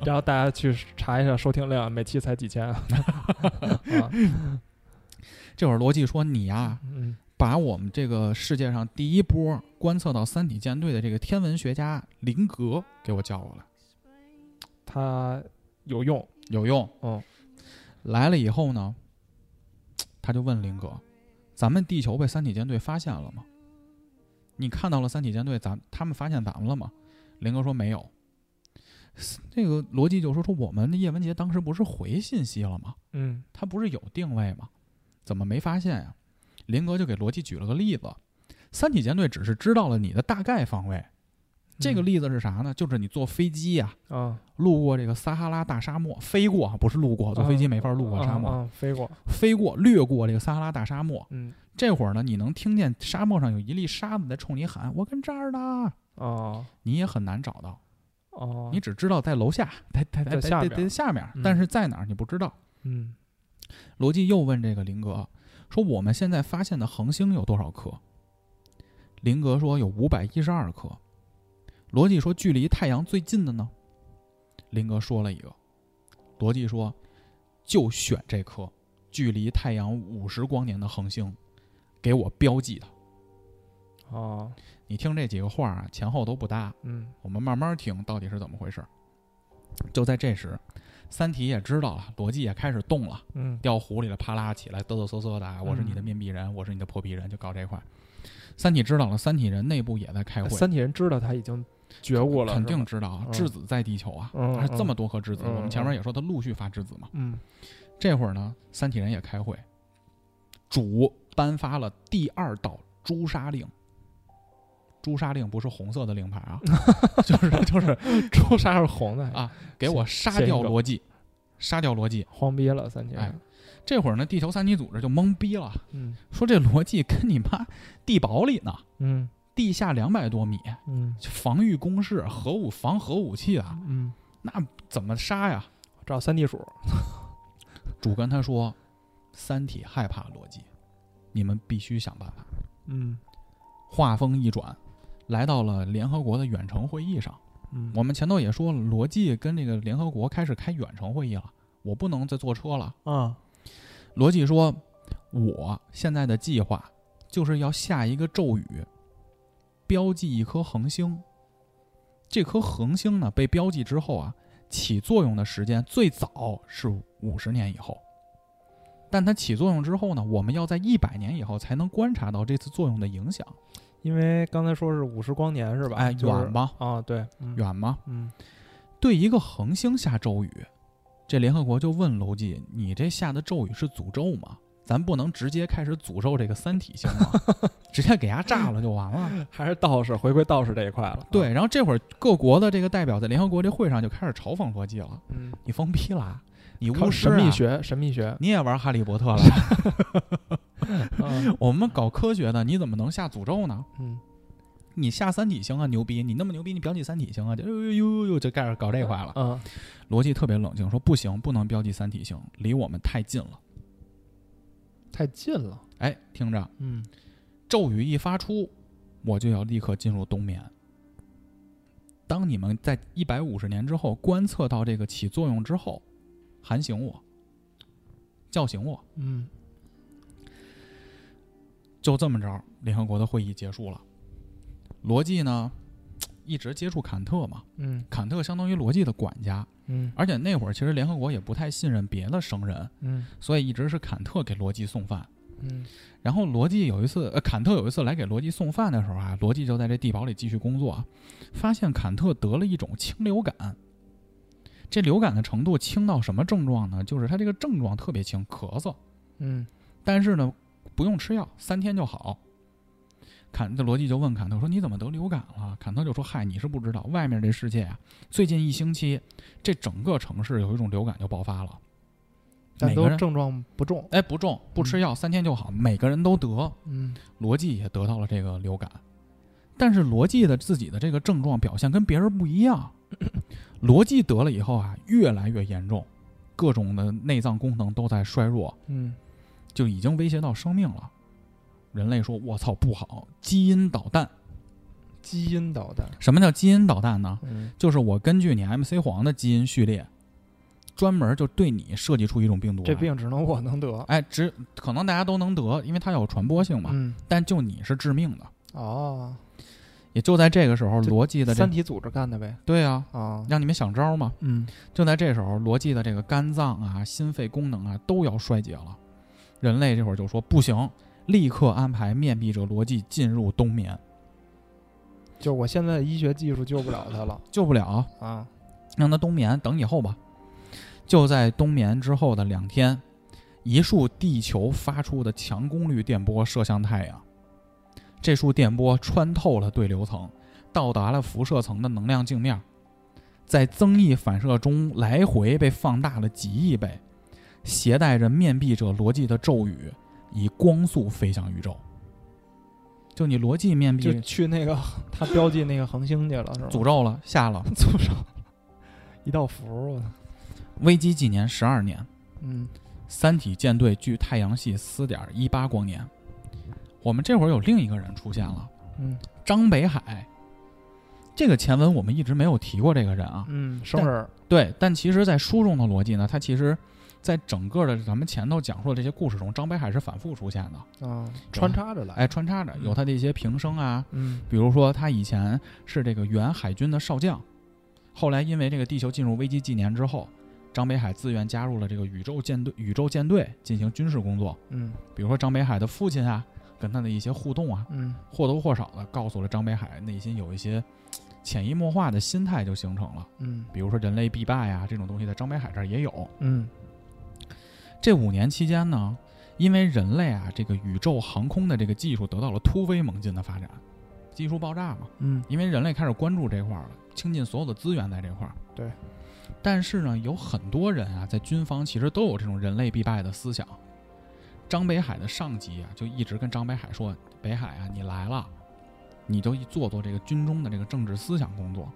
Speaker 1: 然后大家去查一下收听量，每期才几 (laughs) 千，啊，
Speaker 2: 这会儿罗辑说：“你呀、
Speaker 1: 啊 (laughs) 嗯
Speaker 2: 把我们这个世界上第一波观测到三体舰队的这个天文学家林格给我叫过来，
Speaker 1: 它有用，
Speaker 2: 有用。
Speaker 1: 嗯，
Speaker 2: 来了以后呢，他就问林格：“咱们地球被三体舰队发现了吗？你看到了三体舰队，咱他们发现咱们了吗？”林格说：“没有。”这个逻辑就说说我们的叶文洁当时不是回信息了吗？
Speaker 1: 嗯
Speaker 2: 他不是有定位吗？怎么没发现呀、林格就给罗辑举了个例子，三体舰队只是知道了你的大概方位。这个
Speaker 1: 嗯
Speaker 2: 例子是啥呢？就是你坐飞机呀、
Speaker 1: 啊，
Speaker 2: 路过这个撒哈拉大沙漠，飞过啊不是路过，坐飞机没法路过沙漠，
Speaker 1: 啊啊飞过，
Speaker 2: 飞过掠过这个撒哈拉大沙漠。
Speaker 1: 嗯
Speaker 2: 这会儿呢，你能听见沙漠上有一粒沙子在冲你喊：“我跟这儿呢。
Speaker 1: 哦”
Speaker 2: 你也很难找到，
Speaker 1: 哦，
Speaker 2: 你只知道在楼下，在在在
Speaker 1: 在下
Speaker 2: 在
Speaker 1: 边
Speaker 2: 在下面，
Speaker 1: 嗯
Speaker 2: 但是在哪儿你不知道。
Speaker 1: 嗯
Speaker 2: 罗辑又问这个林格说：“我们现在发现的恒星有多少颗？”林格说：“有五百一十二颗。”罗辑说：“距离太阳最近的呢？”林格说了一个。罗辑说：“就选这颗距离太阳五十光年的恒星，给我标记它。
Speaker 1: 哦
Speaker 2: 你听这几个话啊，前后都不搭，
Speaker 1: 嗯
Speaker 2: 我们慢慢听到底是怎么回事儿。就在这时，三体也知道了，逻辑也开始动了。
Speaker 1: 嗯
Speaker 2: 掉湖里了，啪啦起来，嘚嘚瑟瑟的啊，我是你的面壁人，我是你的破壁人，就搞这块。三体知道了，三体人内部也在开会，
Speaker 1: 三体人知道他已经觉悟了，
Speaker 2: 肯
Speaker 1: 是
Speaker 2: 定
Speaker 1: 吧，
Speaker 2: 知道啊，
Speaker 1: 嗯
Speaker 2: 质子在地球啊，
Speaker 1: 嗯
Speaker 2: 它是这么多颗质子，
Speaker 1: 嗯
Speaker 2: 我们前面也说它陆续发质子嘛。
Speaker 1: (laughs) 嗯
Speaker 2: 这会儿呢，三体人也开会，主颁发了第二道诛杀令。诛杀令不是红色的令
Speaker 1: (laughs)
Speaker 2: 牌啊，就是就是
Speaker 1: 朱砂是红的，
Speaker 2: 啊，给我杀
Speaker 1: 写
Speaker 2: 掉
Speaker 1: 一个
Speaker 2: 逻辑，杀掉逻辑。
Speaker 1: 慌逼了三体人，
Speaker 2: 这会儿呢，地球三体组织就懵逼了，
Speaker 1: 嗯
Speaker 2: 说这逻辑跟你妈地堡里呢，
Speaker 1: 嗯
Speaker 2: 地下两百多米，
Speaker 1: 嗯
Speaker 2: 防御工事，核武防核武器啊，
Speaker 1: 嗯，
Speaker 2: 那怎么杀呀？
Speaker 1: 找三地鼠，
Speaker 2: 主跟他说，三体害怕逻辑，你们必须想办法。
Speaker 1: 嗯
Speaker 2: 话锋一转，来到了联合国的远程会议上。
Speaker 1: 嗯，
Speaker 2: 我们前头也说了，逻辑跟这个联合国开始开远程会议了，我不能再坐车了。
Speaker 1: 啊
Speaker 2: 逻辑说，我现在的计划就是要下一个咒语，标记一颗恒星。这颗恒星呢被标记之后啊，起作用的时间最早是五十年以后，但它起作用之后呢，我们要在一百年以后才能观察到这次作用的影响。
Speaker 1: 因为刚才说是五十光年是吧？
Speaker 2: 哎，
Speaker 1: 就是
Speaker 2: 远吗？
Speaker 1: 啊，对，嗯
Speaker 2: 远吗？
Speaker 1: 嗯
Speaker 2: 对一个恒星下咒语，这联合国就问楼记：“你这下的咒语是诅咒吗？咱不能直接开始诅咒这个三体星吗？
Speaker 1: (laughs)
Speaker 2: 直接给它炸了就完了。
Speaker 1: 还是道士回归道士这一块了，”
Speaker 2: 对，，然后这会儿各国的这个代表在联合国这会上就开始嘲讽罗辑了
Speaker 1: 嗯，：“
Speaker 2: 你疯逼啦！你
Speaker 1: 靠
Speaker 2: 巫师、
Speaker 1: 神
Speaker 2: 啊、
Speaker 1: 秘，学，神秘学，
Speaker 2: 你也玩哈利波特了？
Speaker 1: (laughs) 嗯
Speaker 2: 我们搞科学的，你怎么能下诅咒呢？
Speaker 1: 嗯
Speaker 2: 你下三体行啊，牛逼！你那么牛逼，你标记三体行啊？就呦呦呦呦呦，就开始搞这块了。
Speaker 1: 嗯
Speaker 2: 罗辑特别冷静，说不行，不能标记三体星，离我们太近了。
Speaker 1: 太近了，
Speaker 2: 哎，听着，
Speaker 1: 嗯
Speaker 2: 咒语一发出，我就要立刻进入冬眠。当你们在一百五十年之后观测到这个起作用之后，喊醒我，叫醒我，
Speaker 1: 嗯
Speaker 2: 就这么着，联合国的会议结束了。罗辑呢，一直接触坎特嘛，
Speaker 1: 嗯
Speaker 2: 坎特相当于罗辑的管家，
Speaker 1: 嗯
Speaker 2: 而且那会儿其实联合国也不太信任别的生人，
Speaker 1: 嗯
Speaker 2: 所以一直是坎特给罗辑送饭。
Speaker 1: 嗯
Speaker 2: 然后罗辑有一次，呃，坎特有一次来给罗辑送饭的时候啊，罗辑就在这地堡里继续工作啊，发现坎特得了一种轻流感。这流感的程度轻到什么症状呢？就是他这个症状特别轻，咳嗽，
Speaker 1: 嗯
Speaker 2: 但是呢，不用吃药，三天就好。坎特罗辑就问坎特说：“你怎么得流感了？”坎特就说：“嗨，你是不知道，外面这世界啊，最近一星期，这整个城市有一种流感就爆发了，
Speaker 1: 但
Speaker 2: 每
Speaker 1: 都
Speaker 2: 个人
Speaker 1: 症状不重，
Speaker 2: 哎不重，不吃药，三天就好，每个人都得。”
Speaker 1: 嗯
Speaker 2: 罗辑也得到了这个流感，但是罗辑的自己的这个症状表现跟别人不一样。罗辑得了以后啊，越来越严重，各种的内脏功能都在衰弱，
Speaker 1: 嗯
Speaker 2: 就已经威胁到生命了。人类说：“我操，不好！基因导弹。
Speaker 1: 基因导弹，
Speaker 2: 什么叫基因导弹呢？
Speaker 1: 嗯
Speaker 2: 就是我根据你 MC 黄的基因序列，专门就对你设计出一种病毒来。
Speaker 1: 这病只能我能得，
Speaker 2: 哎，只可能大家都能得，因为它有传播性嘛。
Speaker 1: 嗯
Speaker 2: 但就你是致命的。
Speaker 1: 哦，
Speaker 2: 也就在这个时候，
Speaker 1: 这
Speaker 2: 罗辑的这
Speaker 1: 三体组织干的呗，
Speaker 2: 对啊，
Speaker 1: 啊，
Speaker 2: 让你们想招嘛。
Speaker 1: 嗯
Speaker 2: 就在这时候，罗辑的这个肝脏啊、心肺功能啊都要衰竭了。人类这会儿就说不行，立刻安排面壁者罗辑进入冬眠，
Speaker 1: 就我现在医学技术救不了他了
Speaker 2: 救不了，
Speaker 1: 啊，
Speaker 2: 让他冬眠，等以后吧。就在冬眠之后的两天，一束地球发出的强功率电波射向太阳，这束电波穿透了对流层，到达了辐射层的能量镜面，在增益反射中来回被放大了几亿倍，携带着面壁者罗辑的咒语，以光速飞向宇宙。就你罗辑面
Speaker 1: 就
Speaker 2: 壁
Speaker 1: 去那个 (laughs) 他标记那个恒星去了是吧？
Speaker 2: (laughs) 诅咒了，下了
Speaker 1: 左手一道符，我操
Speaker 2: 危机纪年十二年。
Speaker 1: 嗯
Speaker 2: 三体舰队距太阳系四点一八光年。我们这会儿有另一个人出现了，
Speaker 1: 嗯
Speaker 2: 张北海。这个前文我们一直没有提过这个人啊，
Speaker 1: 嗯，生人儿，
Speaker 2: 对，但其实，在书中的逻辑呢，他其实，在整个的咱们前头讲述的这些故事中，张北海是反复出现的，
Speaker 1: 啊，穿插着来，
Speaker 2: 哎，穿插着有他的一些平生啊，
Speaker 1: 嗯
Speaker 2: 比如说他以前是这个原海军的少将，后来因为这个地球进入危机纪年之后，张北海自愿加入了这个宇宙舰队，宇宙舰队进行军事工作，
Speaker 1: 嗯
Speaker 2: 比如说张北海的父亲啊，跟他的一些互动啊，
Speaker 1: 嗯
Speaker 2: 或多或少的告诉了张北海内心有一些嘖潜移默化的心态就形成了。
Speaker 1: 嗯
Speaker 2: 比如说人类必败啊这种东西，在张北海这儿也有。
Speaker 1: 嗯
Speaker 2: 这五年期间呢，因为人类啊这个宇宙航空的这个技术得到了突飞猛进的发展，技术爆炸嘛，
Speaker 1: 嗯
Speaker 2: 因为人类开始关注这块儿了，倾尽所有的资源在这块儿。
Speaker 1: 对。
Speaker 2: 但是呢，有很多人啊，在军方其实都有这种人类必败的思想。张北海的上级啊，就一直跟张北海说：“北海啊，你来了，你就做做这个军中的这个政治思想工作。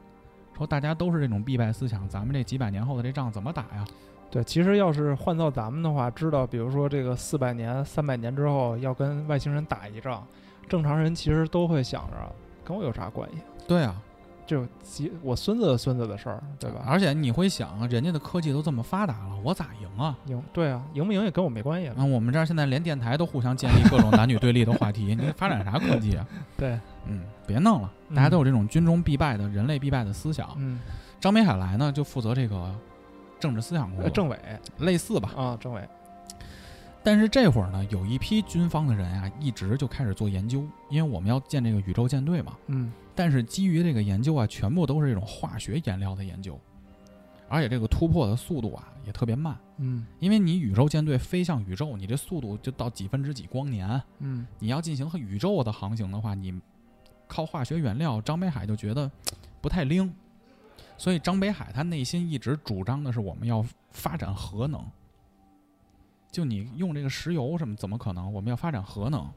Speaker 2: 说大家都是这种必败思想，咱们这几百年后的这仗怎么打呀？
Speaker 1: 对，其实要是换到咱们的话，知道，比如说这个四百年、三百年之后要跟外星人打一仗，正常人其实都会想着跟我有啥关系，
Speaker 2: 对啊，
Speaker 1: 就其我孙子的孙子的事儿，对吧？
Speaker 2: 而且你会想，啊人家的科技都这么发达了，我咋赢啊？
Speaker 1: 赢对啊，赢不赢也跟我没关系了。
Speaker 2: 那我们这儿现在连电台都互相建立各种男女对立的话题，你发展啥科技啊？
Speaker 1: 对，
Speaker 2: 嗯，别弄了，
Speaker 1: 嗯
Speaker 2: 大家都有这种军中必败的、人类必败的思想。
Speaker 1: 嗯，
Speaker 2: 张北海来呢，就负责这个政治思想工作，
Speaker 1: 呃政委
Speaker 2: 类似吧。
Speaker 1: 啊，政委，
Speaker 2: 但是这会儿呢，有一批军方的人啊，一直就开始做研究，因为我们要建这个宇宙舰队嘛。
Speaker 1: 嗯
Speaker 2: 但是基于这个研究啊，全部都是这种化学颜料的研究，而且这个突破的速度啊也特别慢，
Speaker 1: 嗯
Speaker 2: 因为你宇宙舰队飞向宇宙，你这速度就到几分之几光年，
Speaker 1: 嗯
Speaker 2: 你要进行和宇宙的航行的话，你靠化学原料，张北海就觉得不太灵。所以张北海他内心一直主张的是我们要发展核能，就你用这个石油什么怎么可能？我们要发展核能。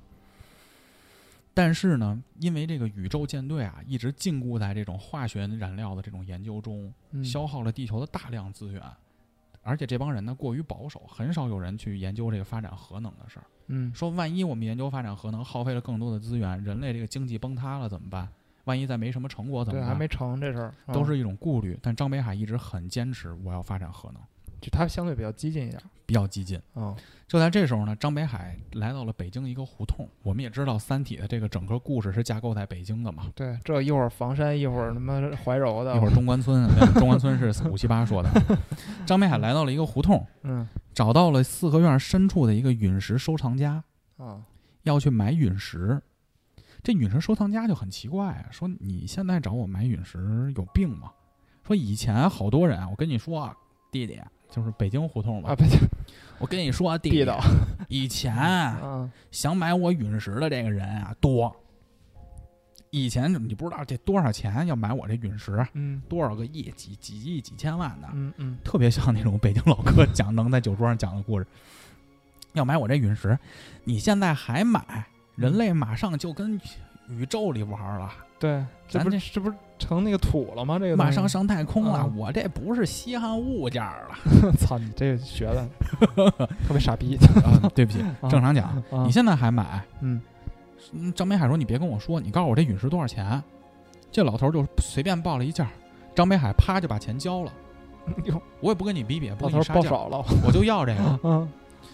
Speaker 2: 但是呢，因为这个宇宙舰队啊，一直禁锢在这种化学燃料的这种研究中，
Speaker 1: 嗯
Speaker 2: 消耗了地球的大量资源，而且这帮人呢过于保守，很少有人去研究这个发展核能的事儿。
Speaker 1: 嗯
Speaker 2: 说万一我们研究发展核能，耗费了更多的资源，人类这个经济崩塌了怎么办？万一再没什么成果怎
Speaker 1: 对，
Speaker 2: 么
Speaker 1: 还
Speaker 2: 办？
Speaker 1: 没成这事儿，啊
Speaker 2: 都是一种顾虑。但张北海一直很坚持，我要发展核能，
Speaker 1: 就他相对比较激进一点，
Speaker 2: 比较激进。
Speaker 1: 嗯
Speaker 2: 就在这时候呢，张北海来到了北京一个胡同。我们也知道《三体》的这个整个故事是架构在北京的嘛，
Speaker 1: 对，这一会儿房山，一会儿他妈怀柔的，
Speaker 2: 一会儿东关村，没有东关村是五七八说的。
Speaker 1: (laughs)
Speaker 2: 张北海来到了一个胡同，
Speaker 1: 嗯
Speaker 2: 找到了四合院深处的一个陨石收藏家，
Speaker 1: 啊，
Speaker 2: 要去买陨石。这陨石收藏家就很奇怪啊，说你现在找我买陨石有病吗？说以前好多人啊，我跟你说啊，弟弟，就是北京胡同嘛，
Speaker 1: 啊不就
Speaker 2: 我跟你说啊，弟
Speaker 1: 地
Speaker 2: 弟，
Speaker 1: 道，
Speaker 2: 以前啊
Speaker 1: 嗯
Speaker 2: 想买我陨石的这个人啊多。以前你不知道这多少钱要买我这陨石，啊
Speaker 1: 嗯
Speaker 2: 多少个亿、几几亿、几千万的，
Speaker 1: 嗯嗯
Speaker 2: 特别像那种北京老
Speaker 1: (laughs)
Speaker 2: 哥讲能在酒桌上讲的故事。要买我这陨石，你现在还买？人
Speaker 1: 嗯
Speaker 2: 类马上就跟宇宙里玩了，
Speaker 1: 对，这
Speaker 2: 咱
Speaker 1: 不
Speaker 2: 这
Speaker 1: 这不是成那个土了吗？这个东
Speaker 2: 马
Speaker 1: 西
Speaker 2: 上，上太空了。
Speaker 1: 嗯
Speaker 2: 我这不是稀罕物件儿了。
Speaker 1: (laughs) 操你这学
Speaker 2: (laughs)
Speaker 1: 的特别傻逼，
Speaker 2: 啊对不起，正常讲，
Speaker 1: 啊
Speaker 2: 你现在还买？
Speaker 1: 嗯
Speaker 2: 嗯张北海说：“你别跟我说，你告诉我这陨石多少钱。”这老头就随便报了一价，张北海啪就把钱交了。
Speaker 1: 哟，
Speaker 2: 我也不跟你比比，嗯不
Speaker 1: 老头
Speaker 2: 跟你
Speaker 1: 儿
Speaker 2: 杀
Speaker 1: 报
Speaker 2: 价，
Speaker 1: 少
Speaker 2: (laughs)
Speaker 1: 了，
Speaker 2: 我就要
Speaker 1: (laughs)
Speaker 2: 这个。
Speaker 1: 嗯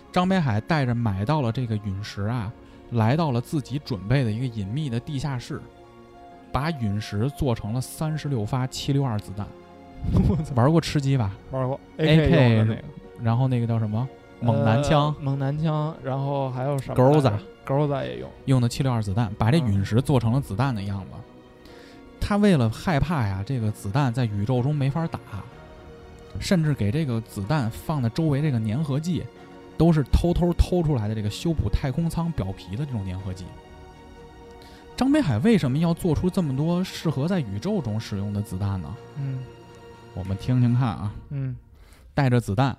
Speaker 2: 张北海带着买到了这个陨石啊，来到了自己准备的一个隐秘的地下室，把陨石做成了三十六发七六二子弹。玩过吃鸡吧？
Speaker 1: 玩过
Speaker 2: AK
Speaker 1: 用的那个
Speaker 2: 然后那个叫什么猛男枪
Speaker 1: 呃，猛男枪，然后还有什么
Speaker 2: 钩子
Speaker 1: 来着钩子也用，
Speaker 2: 用的七六二子弹，把这
Speaker 1: 嗯
Speaker 2: 陨石做成了子弹的样子。他为了害怕呀，这个子弹在宇宙中没法打，甚至给这个子弹放的周围这个粘合剂，都是偷偷偷出来的这个修补太空舱表皮的这种粘合剂。张北海为什么要做出这么多适合在宇宙中使用的子弹呢？
Speaker 1: 嗯
Speaker 2: 我们听听看啊，
Speaker 1: 嗯
Speaker 2: 带着子弹，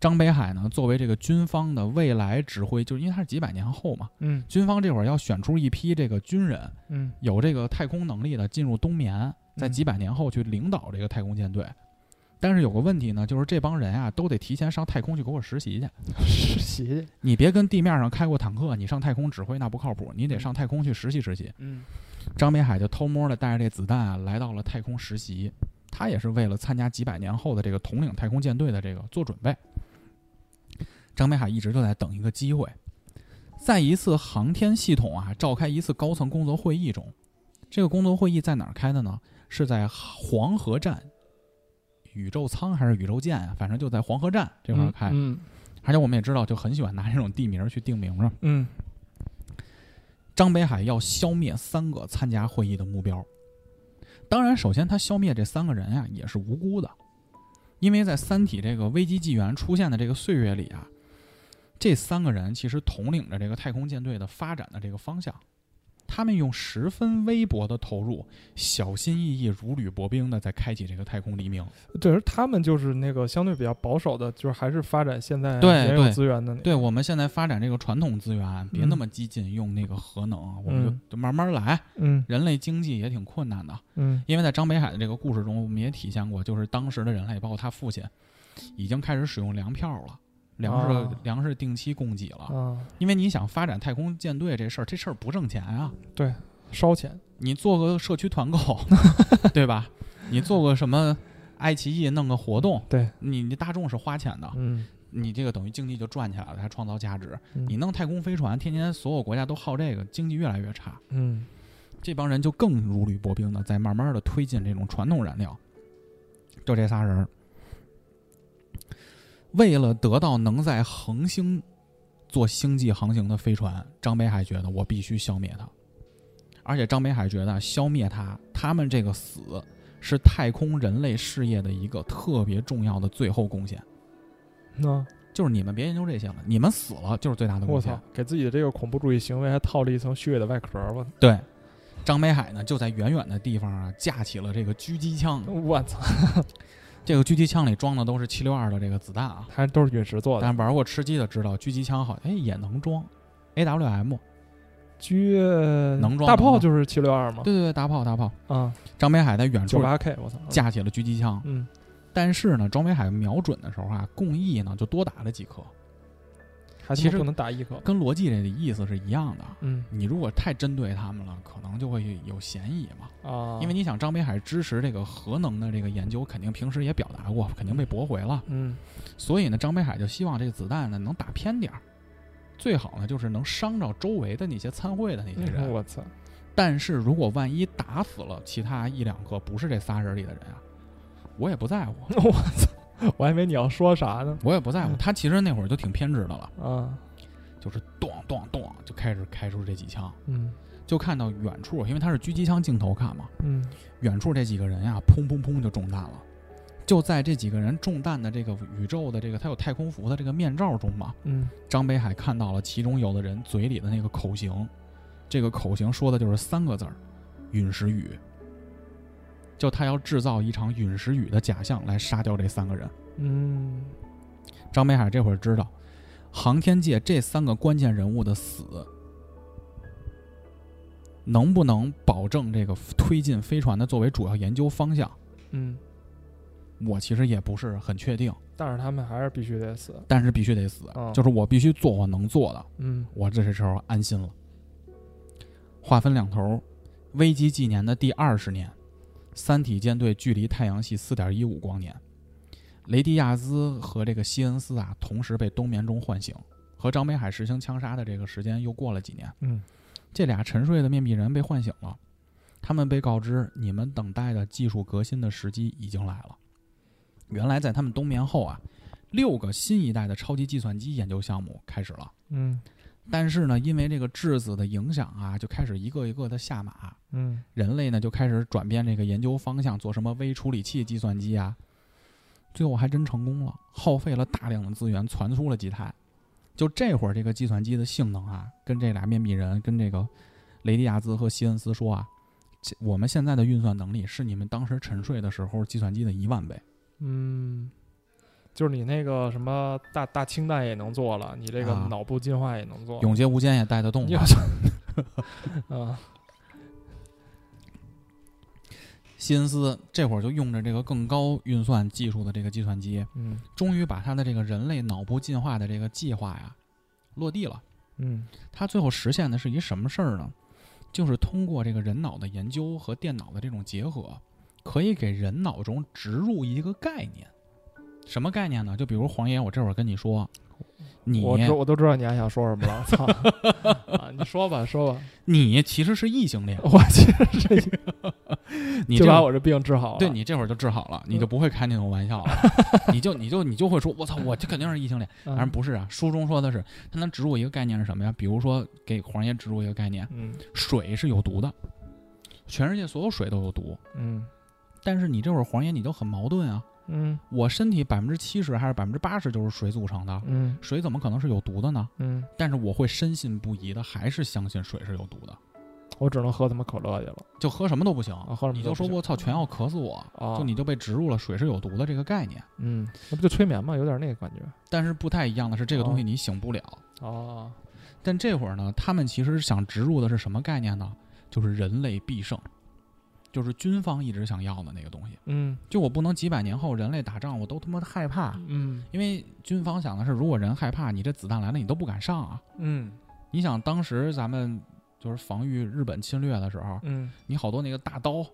Speaker 2: 张北海呢作为这个军方的未来指挥，就是因为他是几百年后嘛，
Speaker 1: 嗯
Speaker 2: 军方这会儿要选出一批这个军人， (laughs)
Speaker 1: 嗯
Speaker 2: 有这个太空能力的进入冬眠，在几百年后去领导这个太空舰队。但是有个问题呢，就是这帮人啊，都得提前上太空去给我实习去。
Speaker 1: 实习去，
Speaker 2: 你别跟地面上开过坦克，你上太空指挥那不靠谱，你得上太空去实习实习。
Speaker 1: 嗯
Speaker 2: 张北海就偷摸的带着这子弹啊，来到了太空实习。他也是为了参加几百年后的这个统领太空舰队的这个做准备。张北海一直就在等一个机会，在一次航天系统啊召开一次高层工作会议中，这个工作会议在哪儿开的呢？是在黄河站宇宙舱还是宇宙舰啊？反正就在黄河站这块儿开。
Speaker 1: 嗯
Speaker 2: 而且我们也知道，就很喜欢拿这种地名儿去定名儿啊。
Speaker 1: 嗯
Speaker 2: 张北海要消灭三个参加会议的目标。当然，首先他消灭这三个人啊，也是无辜的，因为在《三体》这个危机纪元出现的这个岁月里啊，这三个人其实统领着这个太空舰队的发展的这个方向。他们用十分微薄的投入，小心翼翼、如履薄冰的在开启这个太空黎明。
Speaker 1: 对，他们就是那个相对比较保守的，就是还是发展现在
Speaker 2: 对
Speaker 1: 原有
Speaker 2: 对
Speaker 1: 资源的那，
Speaker 2: 对我们现在发展这个传统资源，别那么激进，用那个核能，我们就
Speaker 1: 嗯
Speaker 2: 就慢慢来。
Speaker 1: 嗯
Speaker 2: 人类经济也挺困难的，
Speaker 1: 嗯
Speaker 2: 因为在张北海的这个故事中，我们也体现过，就是当时的人类，包括他父亲，已经开始使用粮票了，粮食、
Speaker 1: 啊
Speaker 2: 粮食定期供给了。
Speaker 1: 啊，
Speaker 2: 因为你想发展太空舰队这事儿，这事儿不挣钱啊，
Speaker 1: 烧钱，
Speaker 2: 你做个社区
Speaker 1: (laughs)
Speaker 2: 团购，对吧？你做个什么爱奇艺弄个活动，
Speaker 1: 对
Speaker 2: 你你大众是花钱的，
Speaker 1: 嗯，
Speaker 2: 你这个等于经济就赚起来了，它创造价值。
Speaker 1: 嗯
Speaker 2: 你弄太空飞船，天天所有国家都好这个，经济越来越差。
Speaker 1: 嗯
Speaker 2: 这帮人就更如履薄冰的在慢慢的推进这种传统燃料。就这仨人儿，为了得到能在恒星做星际航行的飞船，张北海觉得我必须消灭它，而且张北海觉得消灭它，他们这个死是太空人类事业的一个特别重要的最后贡献。
Speaker 1: 那
Speaker 2: 就是你们别研究这些了，你们死了就是最大的
Speaker 1: 我
Speaker 2: 贡
Speaker 1: 操
Speaker 2: 献。，
Speaker 1: 给自己的这个恐怖主义行为还套了一层虚伪的外壳儿，我
Speaker 2: 对，张北海呢就在远远的地方啊架起了这个狙击枪，
Speaker 1: 我操，
Speaker 2: 这个狙击枪里装的都是七六二的这个子弹啊，
Speaker 1: 还都是陨石做的，
Speaker 2: 但玩过吃鸡的知道，狙击枪好，哎也能装，AWM
Speaker 1: 狙
Speaker 2: 能装
Speaker 1: 大
Speaker 2: 能
Speaker 1: 炮
Speaker 2: 装
Speaker 1: 就是七六二嘛，
Speaker 2: 对对对，大炮大炮。
Speaker 1: 啊，
Speaker 2: 张北海在远
Speaker 1: 九
Speaker 2: 处
Speaker 1: 八 K，我操，
Speaker 2: 架起了狙击枪，
Speaker 1: 嗯，
Speaker 2: 但是呢，张北海瞄准的时候啊，共意呢就多打了几颗，
Speaker 1: 还他妈
Speaker 2: 其实
Speaker 1: 不能打一颗，
Speaker 2: 跟逻辑这个意思是一样的。
Speaker 1: 嗯
Speaker 2: 你如果太针对他们了，可能就会有嫌疑嘛。
Speaker 1: 啊，
Speaker 2: 因为你想，张北海支持这个核能的这个研究，肯定平时也表达过，肯定被驳回了。
Speaker 1: 嗯
Speaker 2: 所以呢，张北海就希望这个子弹呢能打偏点儿，最好呢就是能伤着周围的那些参会的那些人。
Speaker 1: 嗯我操， (laughs)
Speaker 2: 但是如果万一打死了其他一两个不是这仨人里的人啊，我也不在乎，
Speaker 1: 我操，我还以为你要说啥呢，
Speaker 2: 我也不在乎。
Speaker 1: 嗯
Speaker 2: 他其实那会儿就挺偏执的了，
Speaker 1: 啊，
Speaker 2: 就是咚咚咚就开始开出这几枪，
Speaker 1: 嗯
Speaker 2: 就看到远处，因为他是狙击枪镜头看嘛，
Speaker 1: 嗯
Speaker 2: 远处这几个人呀、砰砰砰就中弹了。就在这几个人中弹的这个宇宙的这个，他有太空服的这个面罩中嘛，
Speaker 1: 嗯，
Speaker 2: 张北海看到了其中有的人嘴里的那个口型，这个口型说的就是三个字儿：陨石雨。就他要制造一场陨石雨的假象来杀掉这三个人。
Speaker 1: 嗯
Speaker 2: 张北海这会儿知道，航天界这三个关键人物的死，能不能保证这个推进飞船的作为主要研究方向，
Speaker 1: 嗯，
Speaker 2: 我其实也不是很确定。
Speaker 1: 但是他们还是必须得死，
Speaker 2: 但是必须得死，
Speaker 1: 嗯
Speaker 2: 就是我必须做我能做的。
Speaker 1: 嗯
Speaker 2: 我这时候安心了。话分两头，危机纪年的第二十年，三体舰队距离太阳系四点一五光年，雷迪亚兹和这个西恩斯啊同时被冬眠中唤醒，和张北海实行枪杀的这个时间又过了几年，
Speaker 1: 嗯
Speaker 2: 这俩沉睡的面壁人被唤醒了，他们被告知你们等待的技术革新的时机已经来了。原来在他们冬眠后啊，六个新一代的超级计算机研究项目开始了。
Speaker 1: 嗯
Speaker 2: 但是呢，因为这个质子的影响啊，就开始一个一个的下马。
Speaker 1: 嗯
Speaker 2: 人类呢，就开始转变这个研究方向，做什么微处理器计算机啊。最后还真成功了，耗费了大量的资源，传出了几台。就这会儿，这个计算机的性能啊，跟这俩面壁人，跟这个雷迪亚兹和西恩斯说啊，这我们现在的运算能力是你们当时沉睡的时候计算机的一万倍。
Speaker 1: 嗯。就是你那个什么大大氢弹也能做了，你这个
Speaker 2: 啊
Speaker 1: 脑部进化也能做，
Speaker 2: 永劫无间也带得动
Speaker 1: 你
Speaker 2: 吧
Speaker 1: 好。像，啊，
Speaker 2: 西恩斯这会儿就用着这个更高运算技术的这个计算机，
Speaker 1: 嗯
Speaker 2: 终于把他的这个人类脑部进化的这个计划呀落地了。
Speaker 1: 嗯
Speaker 2: 他最后实现的是一什么事儿呢？就是通过这个人脑的研究和电脑的这种结合，可以给人脑中植入一个概念。什么概念呢？就比如黄爷，我这会儿跟你说， (laughs) 你
Speaker 1: 我知我都知道你还想说什么了，
Speaker 2: (laughs)
Speaker 1: 操！啊，你说吧，说吧，
Speaker 2: 你其实是异性恋，
Speaker 1: 我其实这
Speaker 2: 你
Speaker 1: 就
Speaker 2: 这
Speaker 1: 把
Speaker 2: 会儿
Speaker 1: 我这病治好了。
Speaker 2: 对，你这会儿就治好了，你就不会开那种玩笑了， (laughs) 你就你就你就会说，我操，我这肯定是异性恋。
Speaker 1: 当
Speaker 2: 当然，不是啊，书中说的是它能植入一个概念是什么呀？比如说给黄爷植入一个概念，
Speaker 1: 嗯
Speaker 2: 水是有毒的，全世界所有水都有毒。
Speaker 1: 嗯
Speaker 2: 但是你这会儿黄爷你就很矛盾啊，
Speaker 1: 嗯
Speaker 2: 我身体百分之七十还是百分之八十就是水组成的，
Speaker 1: 嗯
Speaker 2: 水怎么可能是有毒的呢？
Speaker 1: 嗯，
Speaker 2: 但是我会深信不疑的，还是相信水是有毒的，
Speaker 1: 我只能喝他妈可乐去了
Speaker 2: 就喝什么都不行。
Speaker 1: 啊，喝什么
Speaker 2: 你
Speaker 1: 都
Speaker 2: 就
Speaker 1: 不
Speaker 2: 说
Speaker 1: 行
Speaker 2: 我操，全要渴死我，
Speaker 1: 啊，
Speaker 2: 就你就被植入了水是有毒的这个概念。
Speaker 1: 嗯，那不就催眠吗？有点那个感觉
Speaker 2: 但是不太一样的是，这个东西
Speaker 1: 哦
Speaker 2: 你醒不了。
Speaker 1: 哦，
Speaker 2: 但这会儿呢，他们其实想植入的是什么概念呢？就是人类必胜，就是军方一直想要的那个东西。
Speaker 1: 嗯
Speaker 2: 就我不能几百年后人类打仗，我都他妈的害怕，
Speaker 1: 嗯
Speaker 2: 因为军方想的是，如果人害怕，你这子弹来了，你都不敢上啊。
Speaker 1: 嗯
Speaker 2: 你想当时咱们就是防御日本侵略的时候，
Speaker 1: 嗯，
Speaker 2: 你好多那个大刀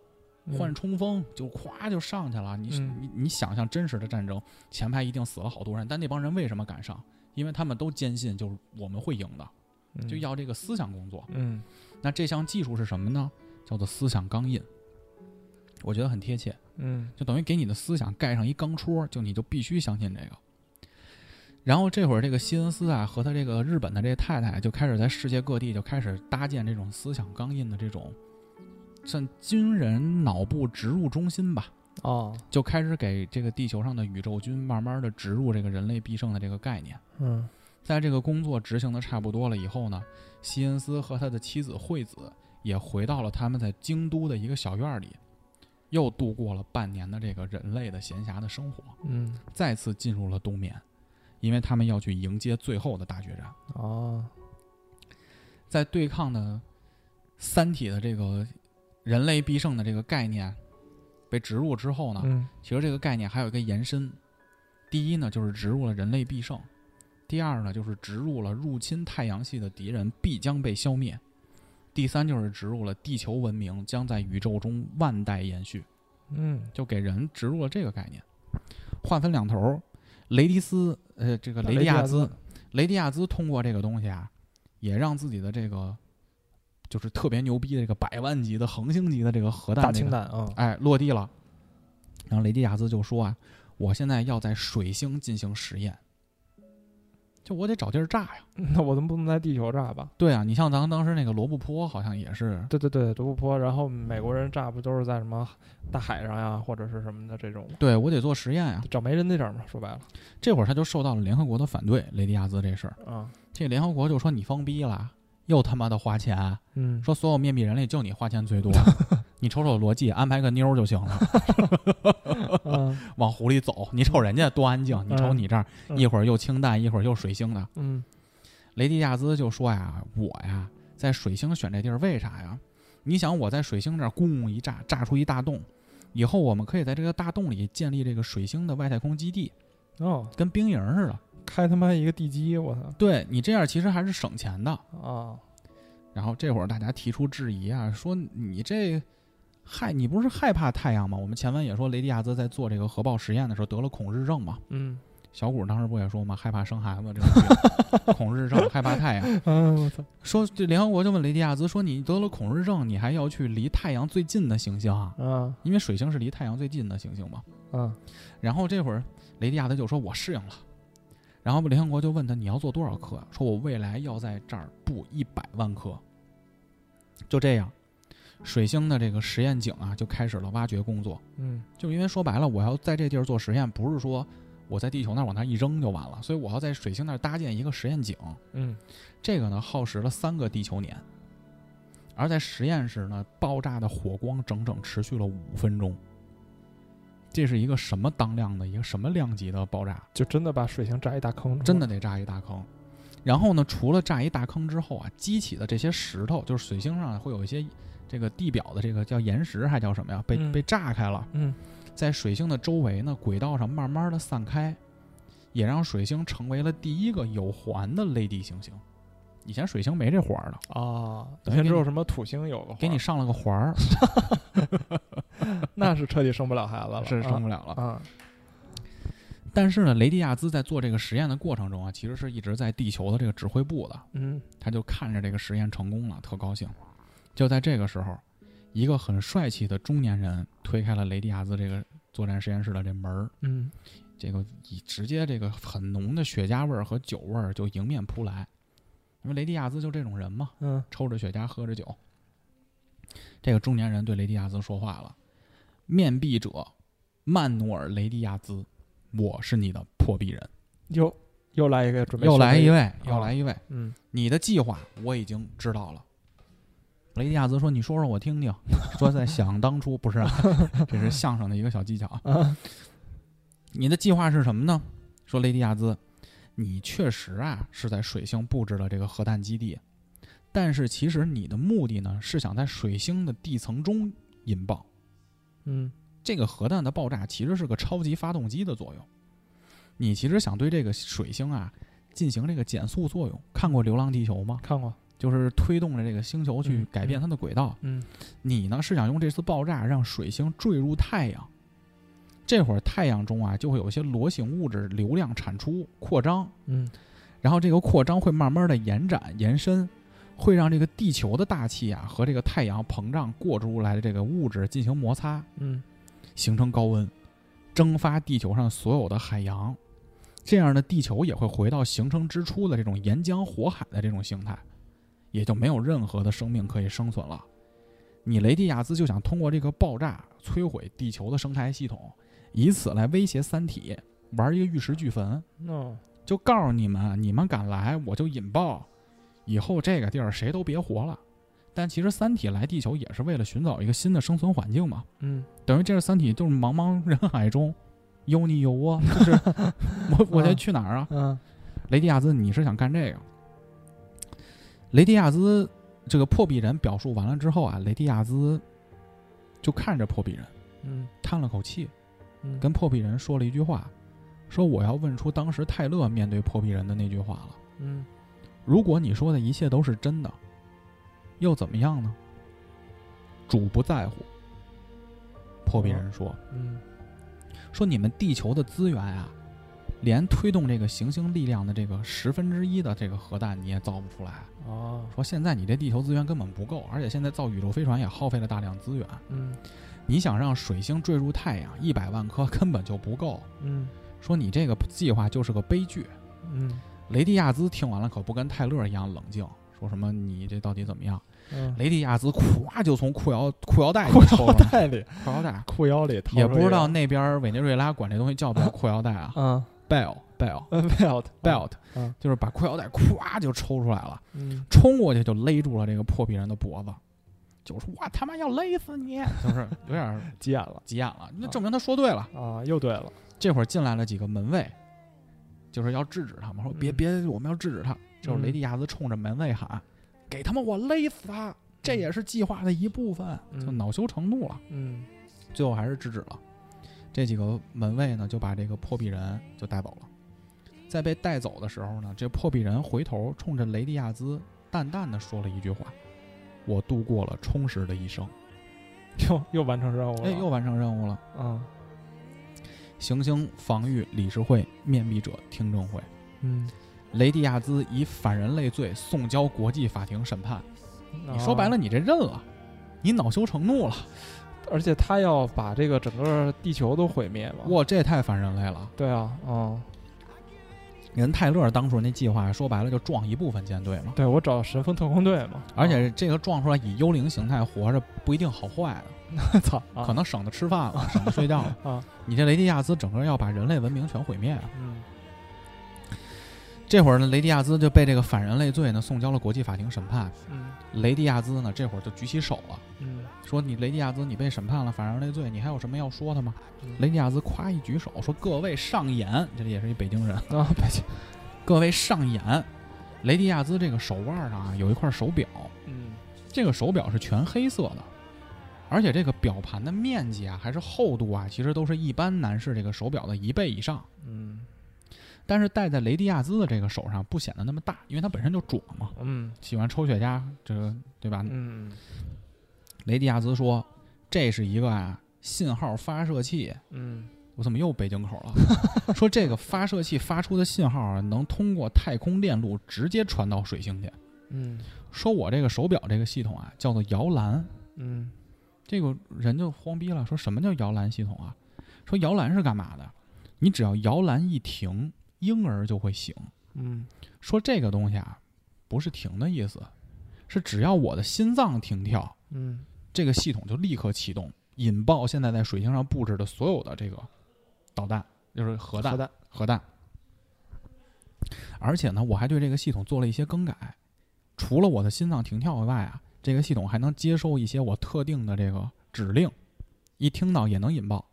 Speaker 1: 嗯
Speaker 2: 换冲锋就咵就上去了，你、
Speaker 1: 嗯
Speaker 2: 你你想象真实的战争，前排一定死了好多人，但那帮人为什么敢上？因为他们都坚信就是我们会赢的，
Speaker 1: 嗯
Speaker 2: 就要这个思想工作。
Speaker 1: 嗯
Speaker 2: 那这项技术是什么呢？叫做思想钢印。我觉得很贴切，
Speaker 1: 嗯
Speaker 2: 就等于给你的思想盖上一钢戳，就你就必须相信这个。然后这会儿，这个西恩斯啊和他这个日本的这太太就开始在世界各地就开始搭建这种思想钢印的这种，算军人脑部植入中心吧，
Speaker 1: 哦
Speaker 2: 就开始给这个地球上的宇宙军慢慢的植入这个人类必胜的这个概念。
Speaker 1: 嗯
Speaker 2: 在这个工作执行的差不多了以后呢，西恩斯和他的妻子惠子也回到了他们在京都的一个小院儿里，又度过了半年的这个人类的闲暇的生活，
Speaker 1: 嗯
Speaker 2: 再次进入了冬眠，因为他们要去迎接最后的大决战。
Speaker 1: 哦，
Speaker 2: 在对抗的三体的这个人类必胜的这个概念被植入之后呢，
Speaker 1: 嗯
Speaker 2: 其实这个概念还有一个延伸。第一呢，就是植入了人类必胜；第二呢，就是植入了入侵太阳系的敌人必将被消灭；第三就是植入了地球文明将在宇宙中万代延续。
Speaker 1: 嗯，
Speaker 2: 就给人植入了这个概念。话分两头儿，雷迪斯，呃，这个
Speaker 1: 那
Speaker 2: 雷
Speaker 1: 啊雷
Speaker 2: 迪
Speaker 1: 迪
Speaker 2: 亚
Speaker 1: 亚
Speaker 2: 兹
Speaker 1: 兹，
Speaker 2: 雷迪亚兹通过这个东西啊，也让自己的这个就是特别牛逼的这个百万级的恒星级的这个核弹、
Speaker 1: 大
Speaker 2: 这
Speaker 1: 氢
Speaker 2: 个，
Speaker 1: 弹啊，
Speaker 2: 哎，落地了。然后雷迪亚兹就说啊，我现在要在水星进行实验，就我得找地儿炸呀。
Speaker 1: 嗯 (laughs) 那我怎么不能在地球炸吧？
Speaker 2: 对啊，你像咱当时那个罗布泊好像也是，
Speaker 1: 对对对，罗布泊，然后美国人炸不都是在什么大海上呀，或者是什么的这种吗，
Speaker 2: 对我得做实验呀。
Speaker 1: 找没人那地儿嘛，说白了
Speaker 2: 这会儿他就受到了联合国的反对，雷迪亚兹这事儿。
Speaker 1: 啊，
Speaker 2: 这联合国就说你疯逼了，又他妈的花钱，
Speaker 1: 嗯，
Speaker 2: 说所有面壁人类就你花钱
Speaker 1: (laughs)
Speaker 2: 最多，你瞅瞅逻辑，安排个妞儿就行了，
Speaker 1: 嗯 (laughs)
Speaker 2: 往湖里走，你瞅人家多安静，你瞅你这儿
Speaker 1: 嗯
Speaker 2: 一会儿又氢弹，一会儿又水星的。
Speaker 1: 嗯
Speaker 2: 雷迪亚兹就说呀，我呀在水星选这地儿为啥呀？你想我在水星这儿咣一炸，炸出一大洞，以后我们可以在这个大洞里建立这个水星的外太空基地，
Speaker 1: 哦，
Speaker 2: 跟兵营似的。
Speaker 1: 开他妈一个地基，我操
Speaker 2: 对你这样其实还是省钱的。
Speaker 1: 啊，
Speaker 2: 然后这会儿大家提出质疑啊，说你这害你不是害怕太阳吗？我们前文也说雷迪亚兹在做这个核爆实验的时候得了恐日症嘛。
Speaker 1: 嗯
Speaker 2: 小谷当时不也说嘛，害怕生孩子这种病恐日症，害怕太阳。
Speaker 1: 嗯，我操，
Speaker 2: 说这联合国就问雷迪亚兹说，你得了恐日症，你还要去离太阳最近的行星啊？
Speaker 1: 啊
Speaker 2: 因为水星是离太阳最近的行星嘛。
Speaker 1: 啊，
Speaker 2: 然后这会儿雷迪亚兹就说，我适应了。然后联合国就问他你要做多少颗？说我未来要在这儿布一百万颗。就这样，水星的这个实验井啊就开始了挖掘工作。
Speaker 1: 嗯
Speaker 2: 就因为说白了，我要在这地儿做实验，不是说我在地球那儿往那儿一扔就完了，所以我要在水星那儿搭建一个实验井。
Speaker 1: 嗯
Speaker 2: 这个呢耗时了三个地球年，而在实验室呢，爆炸的火光整整持续了五分钟。这是一个什么当量的一个什么量级的爆炸？
Speaker 1: 就真的把水星炸一大坑，
Speaker 2: 真的，得炸一大坑。然后呢，除了炸一大坑之后啊，激起的这些石头，就是水星上会有一些这个地表的这个叫岩石，还叫什么呀？被、
Speaker 1: 嗯
Speaker 2: 被炸开了，
Speaker 1: 嗯
Speaker 2: 在水星的周围呢，轨道上慢慢的散开，也让水星成为了第一个有环的类地行星。以前水星没这环儿的，
Speaker 1: 啊，以
Speaker 2: 等于
Speaker 1: 前
Speaker 2: 给
Speaker 1: 只有
Speaker 2: 你
Speaker 1: 什么土星有个
Speaker 2: 给你
Speaker 1: 环
Speaker 2: 上了个环儿，
Speaker 1: 儿，那是彻底生不了孩子
Speaker 2: (laughs)
Speaker 1: 了，
Speaker 2: 是生不
Speaker 1: 了
Speaker 2: 了了。
Speaker 1: 啊，
Speaker 2: 但是呢，雷迪亚兹在做这个实验的过程中啊，其实是一直在地球的这个指挥部的，
Speaker 1: 嗯
Speaker 2: 他就看着这个实验成功了，特高兴。就在这个时候，一个很帅气的中年人推开了雷迪亚兹这个作战实验室的这门儿，
Speaker 1: 嗯
Speaker 2: 这个以直接这个很浓的雪茄味儿和酒味儿就迎面扑来，因为雷迪亚兹就这种人嘛，
Speaker 1: 嗯
Speaker 2: 抽着雪茄喝着酒。这个中年人对雷迪亚兹说话了：“面壁者，曼努尔·雷迪亚兹，我是你的破壁人。
Speaker 1: 又又来一个准”备
Speaker 2: 又来
Speaker 1: 学飞
Speaker 2: 一位，
Speaker 1: 啊
Speaker 2: 又来一位。
Speaker 1: 嗯
Speaker 2: 你的计划我已经知道了。雷迪亚兹说：“你说说我听 (laughs) 听。”说在想当初不是、啊， (laughs) 这是相声的一个小技巧啊。
Speaker 1: 啊
Speaker 2: 你的计划是什么呢？说雷迪亚兹，你确实啊是在水星布置了这个核弹基地，但是其实你的目的呢是想在水星的地层中引爆。
Speaker 1: 嗯
Speaker 2: 这个核弹的爆炸其实是个超级发动机的作用。你其实想对这个水星啊进行这个减速作用。看过《流浪地球》吗？
Speaker 1: 看过
Speaker 2: 就是推动着这个星球去
Speaker 1: 嗯
Speaker 2: 改变它的轨道。
Speaker 1: 嗯
Speaker 2: 你呢是想用这次爆炸让水星坠入太阳，这会儿太阳中啊就会有一些螺形物质流量产出扩张，
Speaker 1: 嗯
Speaker 2: 然后这个扩张会慢慢的延展延伸，会让这个地球的大气啊和这个太阳膨胀过出来的这个物质进行摩擦，
Speaker 1: 嗯
Speaker 2: 形成高温，蒸发地球上所有的海洋。这样呢，地球也会回到形成之初的这种岩浆火海的这种形态，也就没有任何的生命可以生存了。你雷迪亚兹就想通过这个爆炸摧毁地球的生态系统，以此来威胁三体，玩一个玉石俱焚，
Speaker 1: 哦
Speaker 2: 就告诉你们，啊你们敢来我就引爆，以后这个地儿谁都别活了。但其实三体来地球也是为了寻找一个新的生存环境嘛，
Speaker 1: 嗯
Speaker 2: 等于这是《三体》，就是茫茫人海中，有你有我，就是我我得去哪儿啊？
Speaker 1: 嗯
Speaker 2: 雷迪亚兹，你是想干这个？雷迪亚兹这个破壁人表述完了之后啊，雷迪亚兹就看着破壁人，
Speaker 1: 嗯
Speaker 2: 叹了口气，
Speaker 1: 嗯，
Speaker 2: 跟破壁人说了一句话，说我要问出当时泰勒面对破壁人的那句话了。
Speaker 1: 嗯
Speaker 2: 如果你说的一切都是真的，又怎么样呢？主不在乎。破壁人说
Speaker 1: 嗯
Speaker 2: 说你们地球的资源啊，连推动这个行星力量的这个十分之一的这个核弹你也造不出来。
Speaker 1: 哦
Speaker 2: 说现在你这地球资源根本不够，而且现在造宇宙飞船也耗费了大量资源。
Speaker 1: 嗯
Speaker 2: 你想让水星坠入太阳，一百万颗 (laughs) 根本就不够。
Speaker 1: 嗯
Speaker 2: 说你这个计划就是个悲剧。
Speaker 1: 嗯
Speaker 2: 雷迪亚兹听完了可不跟泰勒一样冷静，说什么你这到底怎么样？
Speaker 1: 嗯，
Speaker 2: 雷迪亚兹咵就从裤腰裤腰带里抽出来，
Speaker 1: 里
Speaker 2: 裤腰带
Speaker 1: 裤腰里掏
Speaker 2: 也不知道那边委内瑞拉管这东西叫不叫裤腰带 (laughs) 啊
Speaker 1: 嗯
Speaker 2: ？belt belt
Speaker 1: belt
Speaker 2: 呃 belt，
Speaker 1: 嗯
Speaker 2: 就是把裤腰带咵就抽出来了，
Speaker 1: 嗯
Speaker 2: 冲过去就勒住了这个破壁人的脖子，就说我他妈要勒死你，就是有点
Speaker 1: 急眼了
Speaker 2: 急眼了。那证明他说对了。
Speaker 1: 啊，又对了，
Speaker 2: 这会儿进来了几个门卫，就是要制止他们，说别
Speaker 1: 嗯
Speaker 2: 别，我们要制止他。就是
Speaker 1: 嗯
Speaker 2: 雷迪亚兹冲着门卫喊：“给他妈我勒死他！”这也是计划的一部分，
Speaker 1: 嗯
Speaker 2: 就恼羞成怒了，
Speaker 1: 嗯 (laughs)
Speaker 2: 最后还是制止了。这几个门卫呢，就把这个破壁人就带走了。在被带走的时候呢，这破壁人回头冲着雷迪亚兹淡淡的说了一句话：“我度过了充实的一生。
Speaker 1: 又又完成任务”了，
Speaker 2: 哎，又完成任务了。
Speaker 1: 嗯
Speaker 2: 行星防御理事会面壁者听证会。
Speaker 1: 嗯，
Speaker 2: 雷迪亚兹以反人类罪送交国际法庭审判。
Speaker 1: 你
Speaker 2: 你
Speaker 1: 啊
Speaker 2: 说白了，，你这认了，你恼羞成怒了，
Speaker 1: 而且他要把这个整个地球都毁灭嘛，
Speaker 2: 哇，这也太反人类了。
Speaker 1: 对啊，嗯，
Speaker 2: 人泰勒当初那计划，说白了就撞一部分舰队嘛，
Speaker 1: 对我找神风特工队嘛，
Speaker 2: 而且这个撞出来以幽灵形态活着不一定好坏
Speaker 1: (laughs)
Speaker 2: 的，
Speaker 1: 啊操，啊
Speaker 2: 可能省得吃饭了，省得睡觉了。
Speaker 1: 啊，
Speaker 2: 你这雷迪亚兹整个要把人类文明全毁灭啊！
Speaker 1: 嗯
Speaker 2: 这会儿呢，雷迪亚兹就被这个反人类罪呢送交了国际法庭审判。
Speaker 1: 嗯
Speaker 2: 雷迪亚兹呢这会儿就举起手了，
Speaker 1: 嗯
Speaker 2: 说：“你雷迪亚兹，你被审判了反人类罪，你还有什么要说的吗？”
Speaker 1: 嗯
Speaker 2: 雷迪亚兹夸一举手说：“各位上演！”这也是一北京人，
Speaker 1: 啊，北京，
Speaker 2: 各位上演！雷迪亚兹这个手腕上啊有一块手表，
Speaker 1: 嗯
Speaker 2: 这个手表是全黑色的，而且这个表盘的面积啊还是厚度啊，其实都是一般男士这个手表的一倍以上。
Speaker 1: 嗯
Speaker 2: 但是戴在雷迪亚兹的这个手上不显得那么大，因为他本身就壮嘛，
Speaker 1: 嗯
Speaker 2: 喜欢抽雪茄，这个对吧？
Speaker 1: 嗯
Speaker 2: 雷迪亚兹说：“这是一个啊信号发射器，
Speaker 1: 嗯
Speaker 2: 我怎么又北京口了？ (laughs) 说这个发射器发出的信号啊，能通过太空链路直接传到水星去。
Speaker 1: 嗯
Speaker 2: 说我这个手表这个系统啊，叫做摇篮。
Speaker 1: 嗯
Speaker 2: 这个人就慌逼了，说什么叫摇篮系统啊？说摇篮是干嘛的？你只要摇篮一停，婴儿就会醒。
Speaker 1: 嗯
Speaker 2: 说这个东西啊，不是停的意思，是只要我的心脏停跳，
Speaker 1: 嗯
Speaker 2: 这个系统就立刻启动，引爆现在在水星上布置的所有的这个导弹，就是核弹
Speaker 1: 核。弹，
Speaker 2: 核弹。而且呢，我还对这个系统做了一些更改，除了我的心脏停跳以外啊，这个系统还能接收一些我特定的这个指令，一听到也能引爆，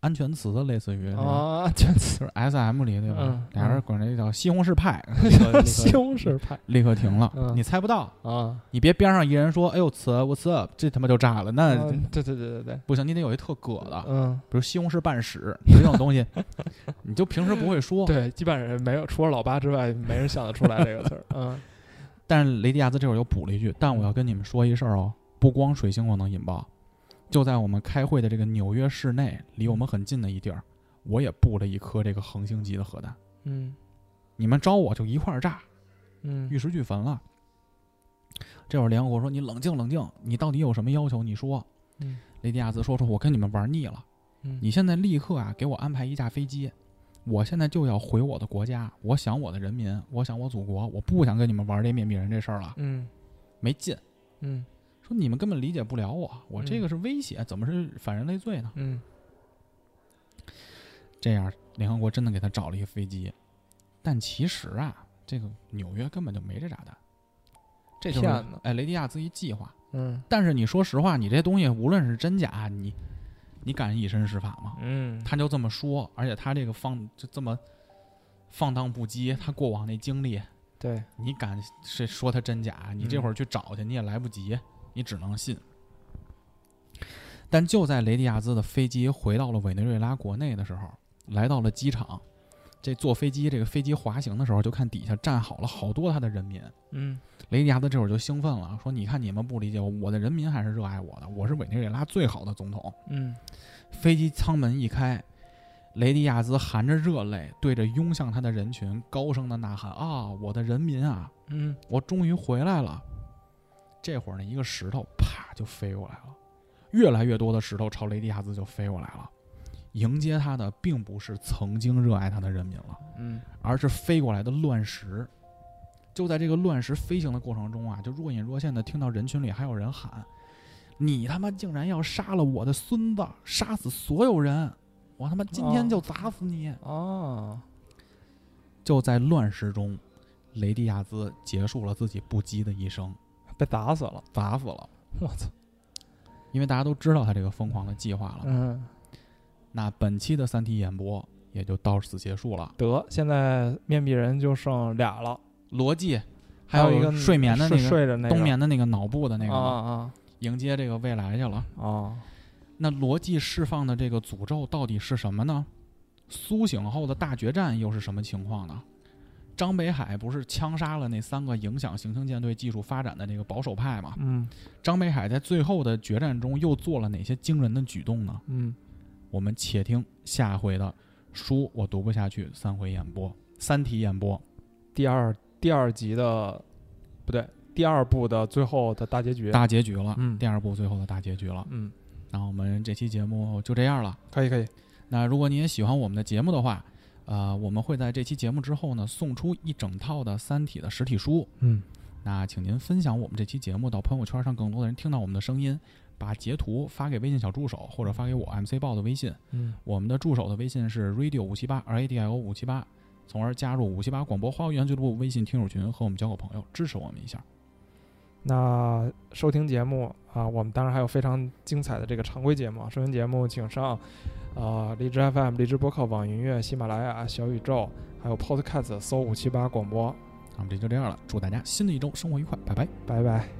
Speaker 2: 安全词类似于这种、
Speaker 1: 啊，全
Speaker 2: 就是 S M 里对吧？
Speaker 1: 嗯
Speaker 2: 俩人管这叫西红柿派，
Speaker 1: (laughs)
Speaker 2: (laughs)
Speaker 1: 西红柿派
Speaker 2: 立刻停了，
Speaker 1: 嗯
Speaker 2: 你猜不到，
Speaker 1: 啊，
Speaker 2: 你别边上一人说，哎呦，词我操，这他妈就炸了，那、
Speaker 1: 嗯对对对对对，
Speaker 2: 不行，你得有一特葛的，
Speaker 1: 嗯，
Speaker 2: 比如西红柿拌屎这种东西， (laughs) 你就平时不会说，
Speaker 1: 对，基本上人没有，除了老八之外，没人想得出来这个词儿，嗯
Speaker 2: 但是雷迪亚兹这会儿又补了一句：“但我要跟你们说一事儿哦，不光水星我能引爆，就在我们开会的这个纽约市内，离我们很近的一地儿，我也布了一颗这个恒星级的核弹。
Speaker 1: 嗯
Speaker 2: 你们招我就一块儿炸，
Speaker 1: 嗯
Speaker 2: 玉石俱焚了。”这会儿联合国说：“你冷静冷静，你到底有什么要求？你说。
Speaker 1: 嗯”
Speaker 2: 雷迪亚兹说：“说我跟你们玩腻了，
Speaker 1: 嗯，
Speaker 2: 你现在立刻啊给我安排一架飞机。”我现在就要回我的国家，我想我的人民，我想我祖国，我不想跟你们玩这面壁人这事儿了，
Speaker 1: 嗯
Speaker 2: 没劲。
Speaker 1: 嗯
Speaker 2: 说你们根本理解不了我，我
Speaker 1: 嗯
Speaker 2: 这个是威胁，怎么是反人类罪呢？
Speaker 1: 嗯
Speaker 2: 这样，联合国真的给他找了一个飞机，但其实啊，这个纽约根本就没这炸弹，这就是
Speaker 1: 骗子
Speaker 2: 哎雷迪亚兹一计划。
Speaker 1: 嗯
Speaker 2: 但是你说实话，你这东西无论是真假，你你敢以身试法吗？
Speaker 1: 嗯，
Speaker 2: 他就这么说，而且他这个放就这么放荡不羁，他过往那经历，
Speaker 1: 对，
Speaker 2: 你敢谁说他真假？你这
Speaker 1: 嗯
Speaker 2: 会儿去找去，你也来不及，你只能信。但就在雷迪亚兹的飞机回到了委内瑞拉国内的时候，来到了机场，这坐飞机，这个飞机滑行的时候，就看底下站好了好多他的人民。
Speaker 1: 嗯
Speaker 2: 雷迪亚兹这会儿就兴奋了，说：“你看你们不理解我，我的人民还是热爱我的，我是委内瑞拉最好的总统。”
Speaker 1: 嗯
Speaker 2: 飞机舱门一开，雷迪亚兹含着热泪，对着拥向他的人群高声的呐喊：“啊，我的人民啊，
Speaker 1: 嗯，
Speaker 2: 我终于回来了！”这会儿呢，一个石头啪就飞过来了，越来越多的石头朝雷迪亚兹就飞过来了。迎接他的并不是曾经热爱他的人民了，
Speaker 1: 嗯
Speaker 2: 而是飞过来的乱石。就在这个乱石飞行的过程中啊，就若隐若现的听到人群里还有人喊：“你他妈竟然要杀了我的孙子，杀死所有人！我他妈今天就砸死你！”
Speaker 1: 哦，
Speaker 2: 就在乱石中，雷迪亚兹结束了自己不羁的一生，
Speaker 1: 被打死了，
Speaker 2: 砸死了。
Speaker 1: 我操，
Speaker 2: 因为大家都知道他这个疯狂的计划了。
Speaker 1: 嗯，
Speaker 2: 那本期的三体演播也就到此结束了。
Speaker 1: 得，现在面壁人就剩俩了，
Speaker 2: 逻辑，还
Speaker 1: 还有一
Speaker 2: 个
Speaker 1: 个
Speaker 2: 睡眠的那
Speaker 1: 睡
Speaker 2: 个
Speaker 1: 睡着那个
Speaker 2: 冬眠的那个脑部的那个、
Speaker 1: 啊
Speaker 2: 迎接这个未来去了。
Speaker 1: 啊啊，
Speaker 2: 那逻辑释放的这个诅咒到底是什么呢？苏醒后的大决战又是什么情况呢？张北海不是枪杀了那三个影响行星舰队技术发展的那个保守派吗？
Speaker 1: 嗯
Speaker 2: 张北海在最后的决战中又做了哪些惊人的举动呢？
Speaker 1: 嗯，
Speaker 2: 我们且听下回的书，我读不下去，三回演播，三体演播。
Speaker 1: 第二第二集的不对，第二部的最后的大结局，
Speaker 2: 大结局了，
Speaker 1: 嗯
Speaker 2: 第二部最后的大结局了。
Speaker 1: 嗯，
Speaker 2: 那我们这期节目就这样了。
Speaker 1: 可以可以，
Speaker 2: 那如果你也喜欢我们的节目的话，呃，我们会在这期节目之后呢，送出一整套的《三体》的实体书。
Speaker 1: 嗯，
Speaker 2: 那请您分享我们这期节目到朋友圈，让更多的人听到我们的声音，把截图发给微信小助手，或者发给我 MC 豹的微信。
Speaker 1: 嗯，
Speaker 2: 我们的助手的微信是 radio 五七八 r a d i o 五七八，从而加入五七八广播花园俱乐部微信听友群，和我们交个朋友，支持我们一下。
Speaker 1: 那收听节目啊，我们当然还有非常精彩的这个常规节目啊。收听节目请上啊、荔枝 FM、荔枝播客、网易云音乐、喜马拉雅、小宇宙，还有 Podcast 搜五七八广播。
Speaker 2: 那我们这就这样了，祝大家新的一周生活愉快，拜拜。
Speaker 1: 拜拜。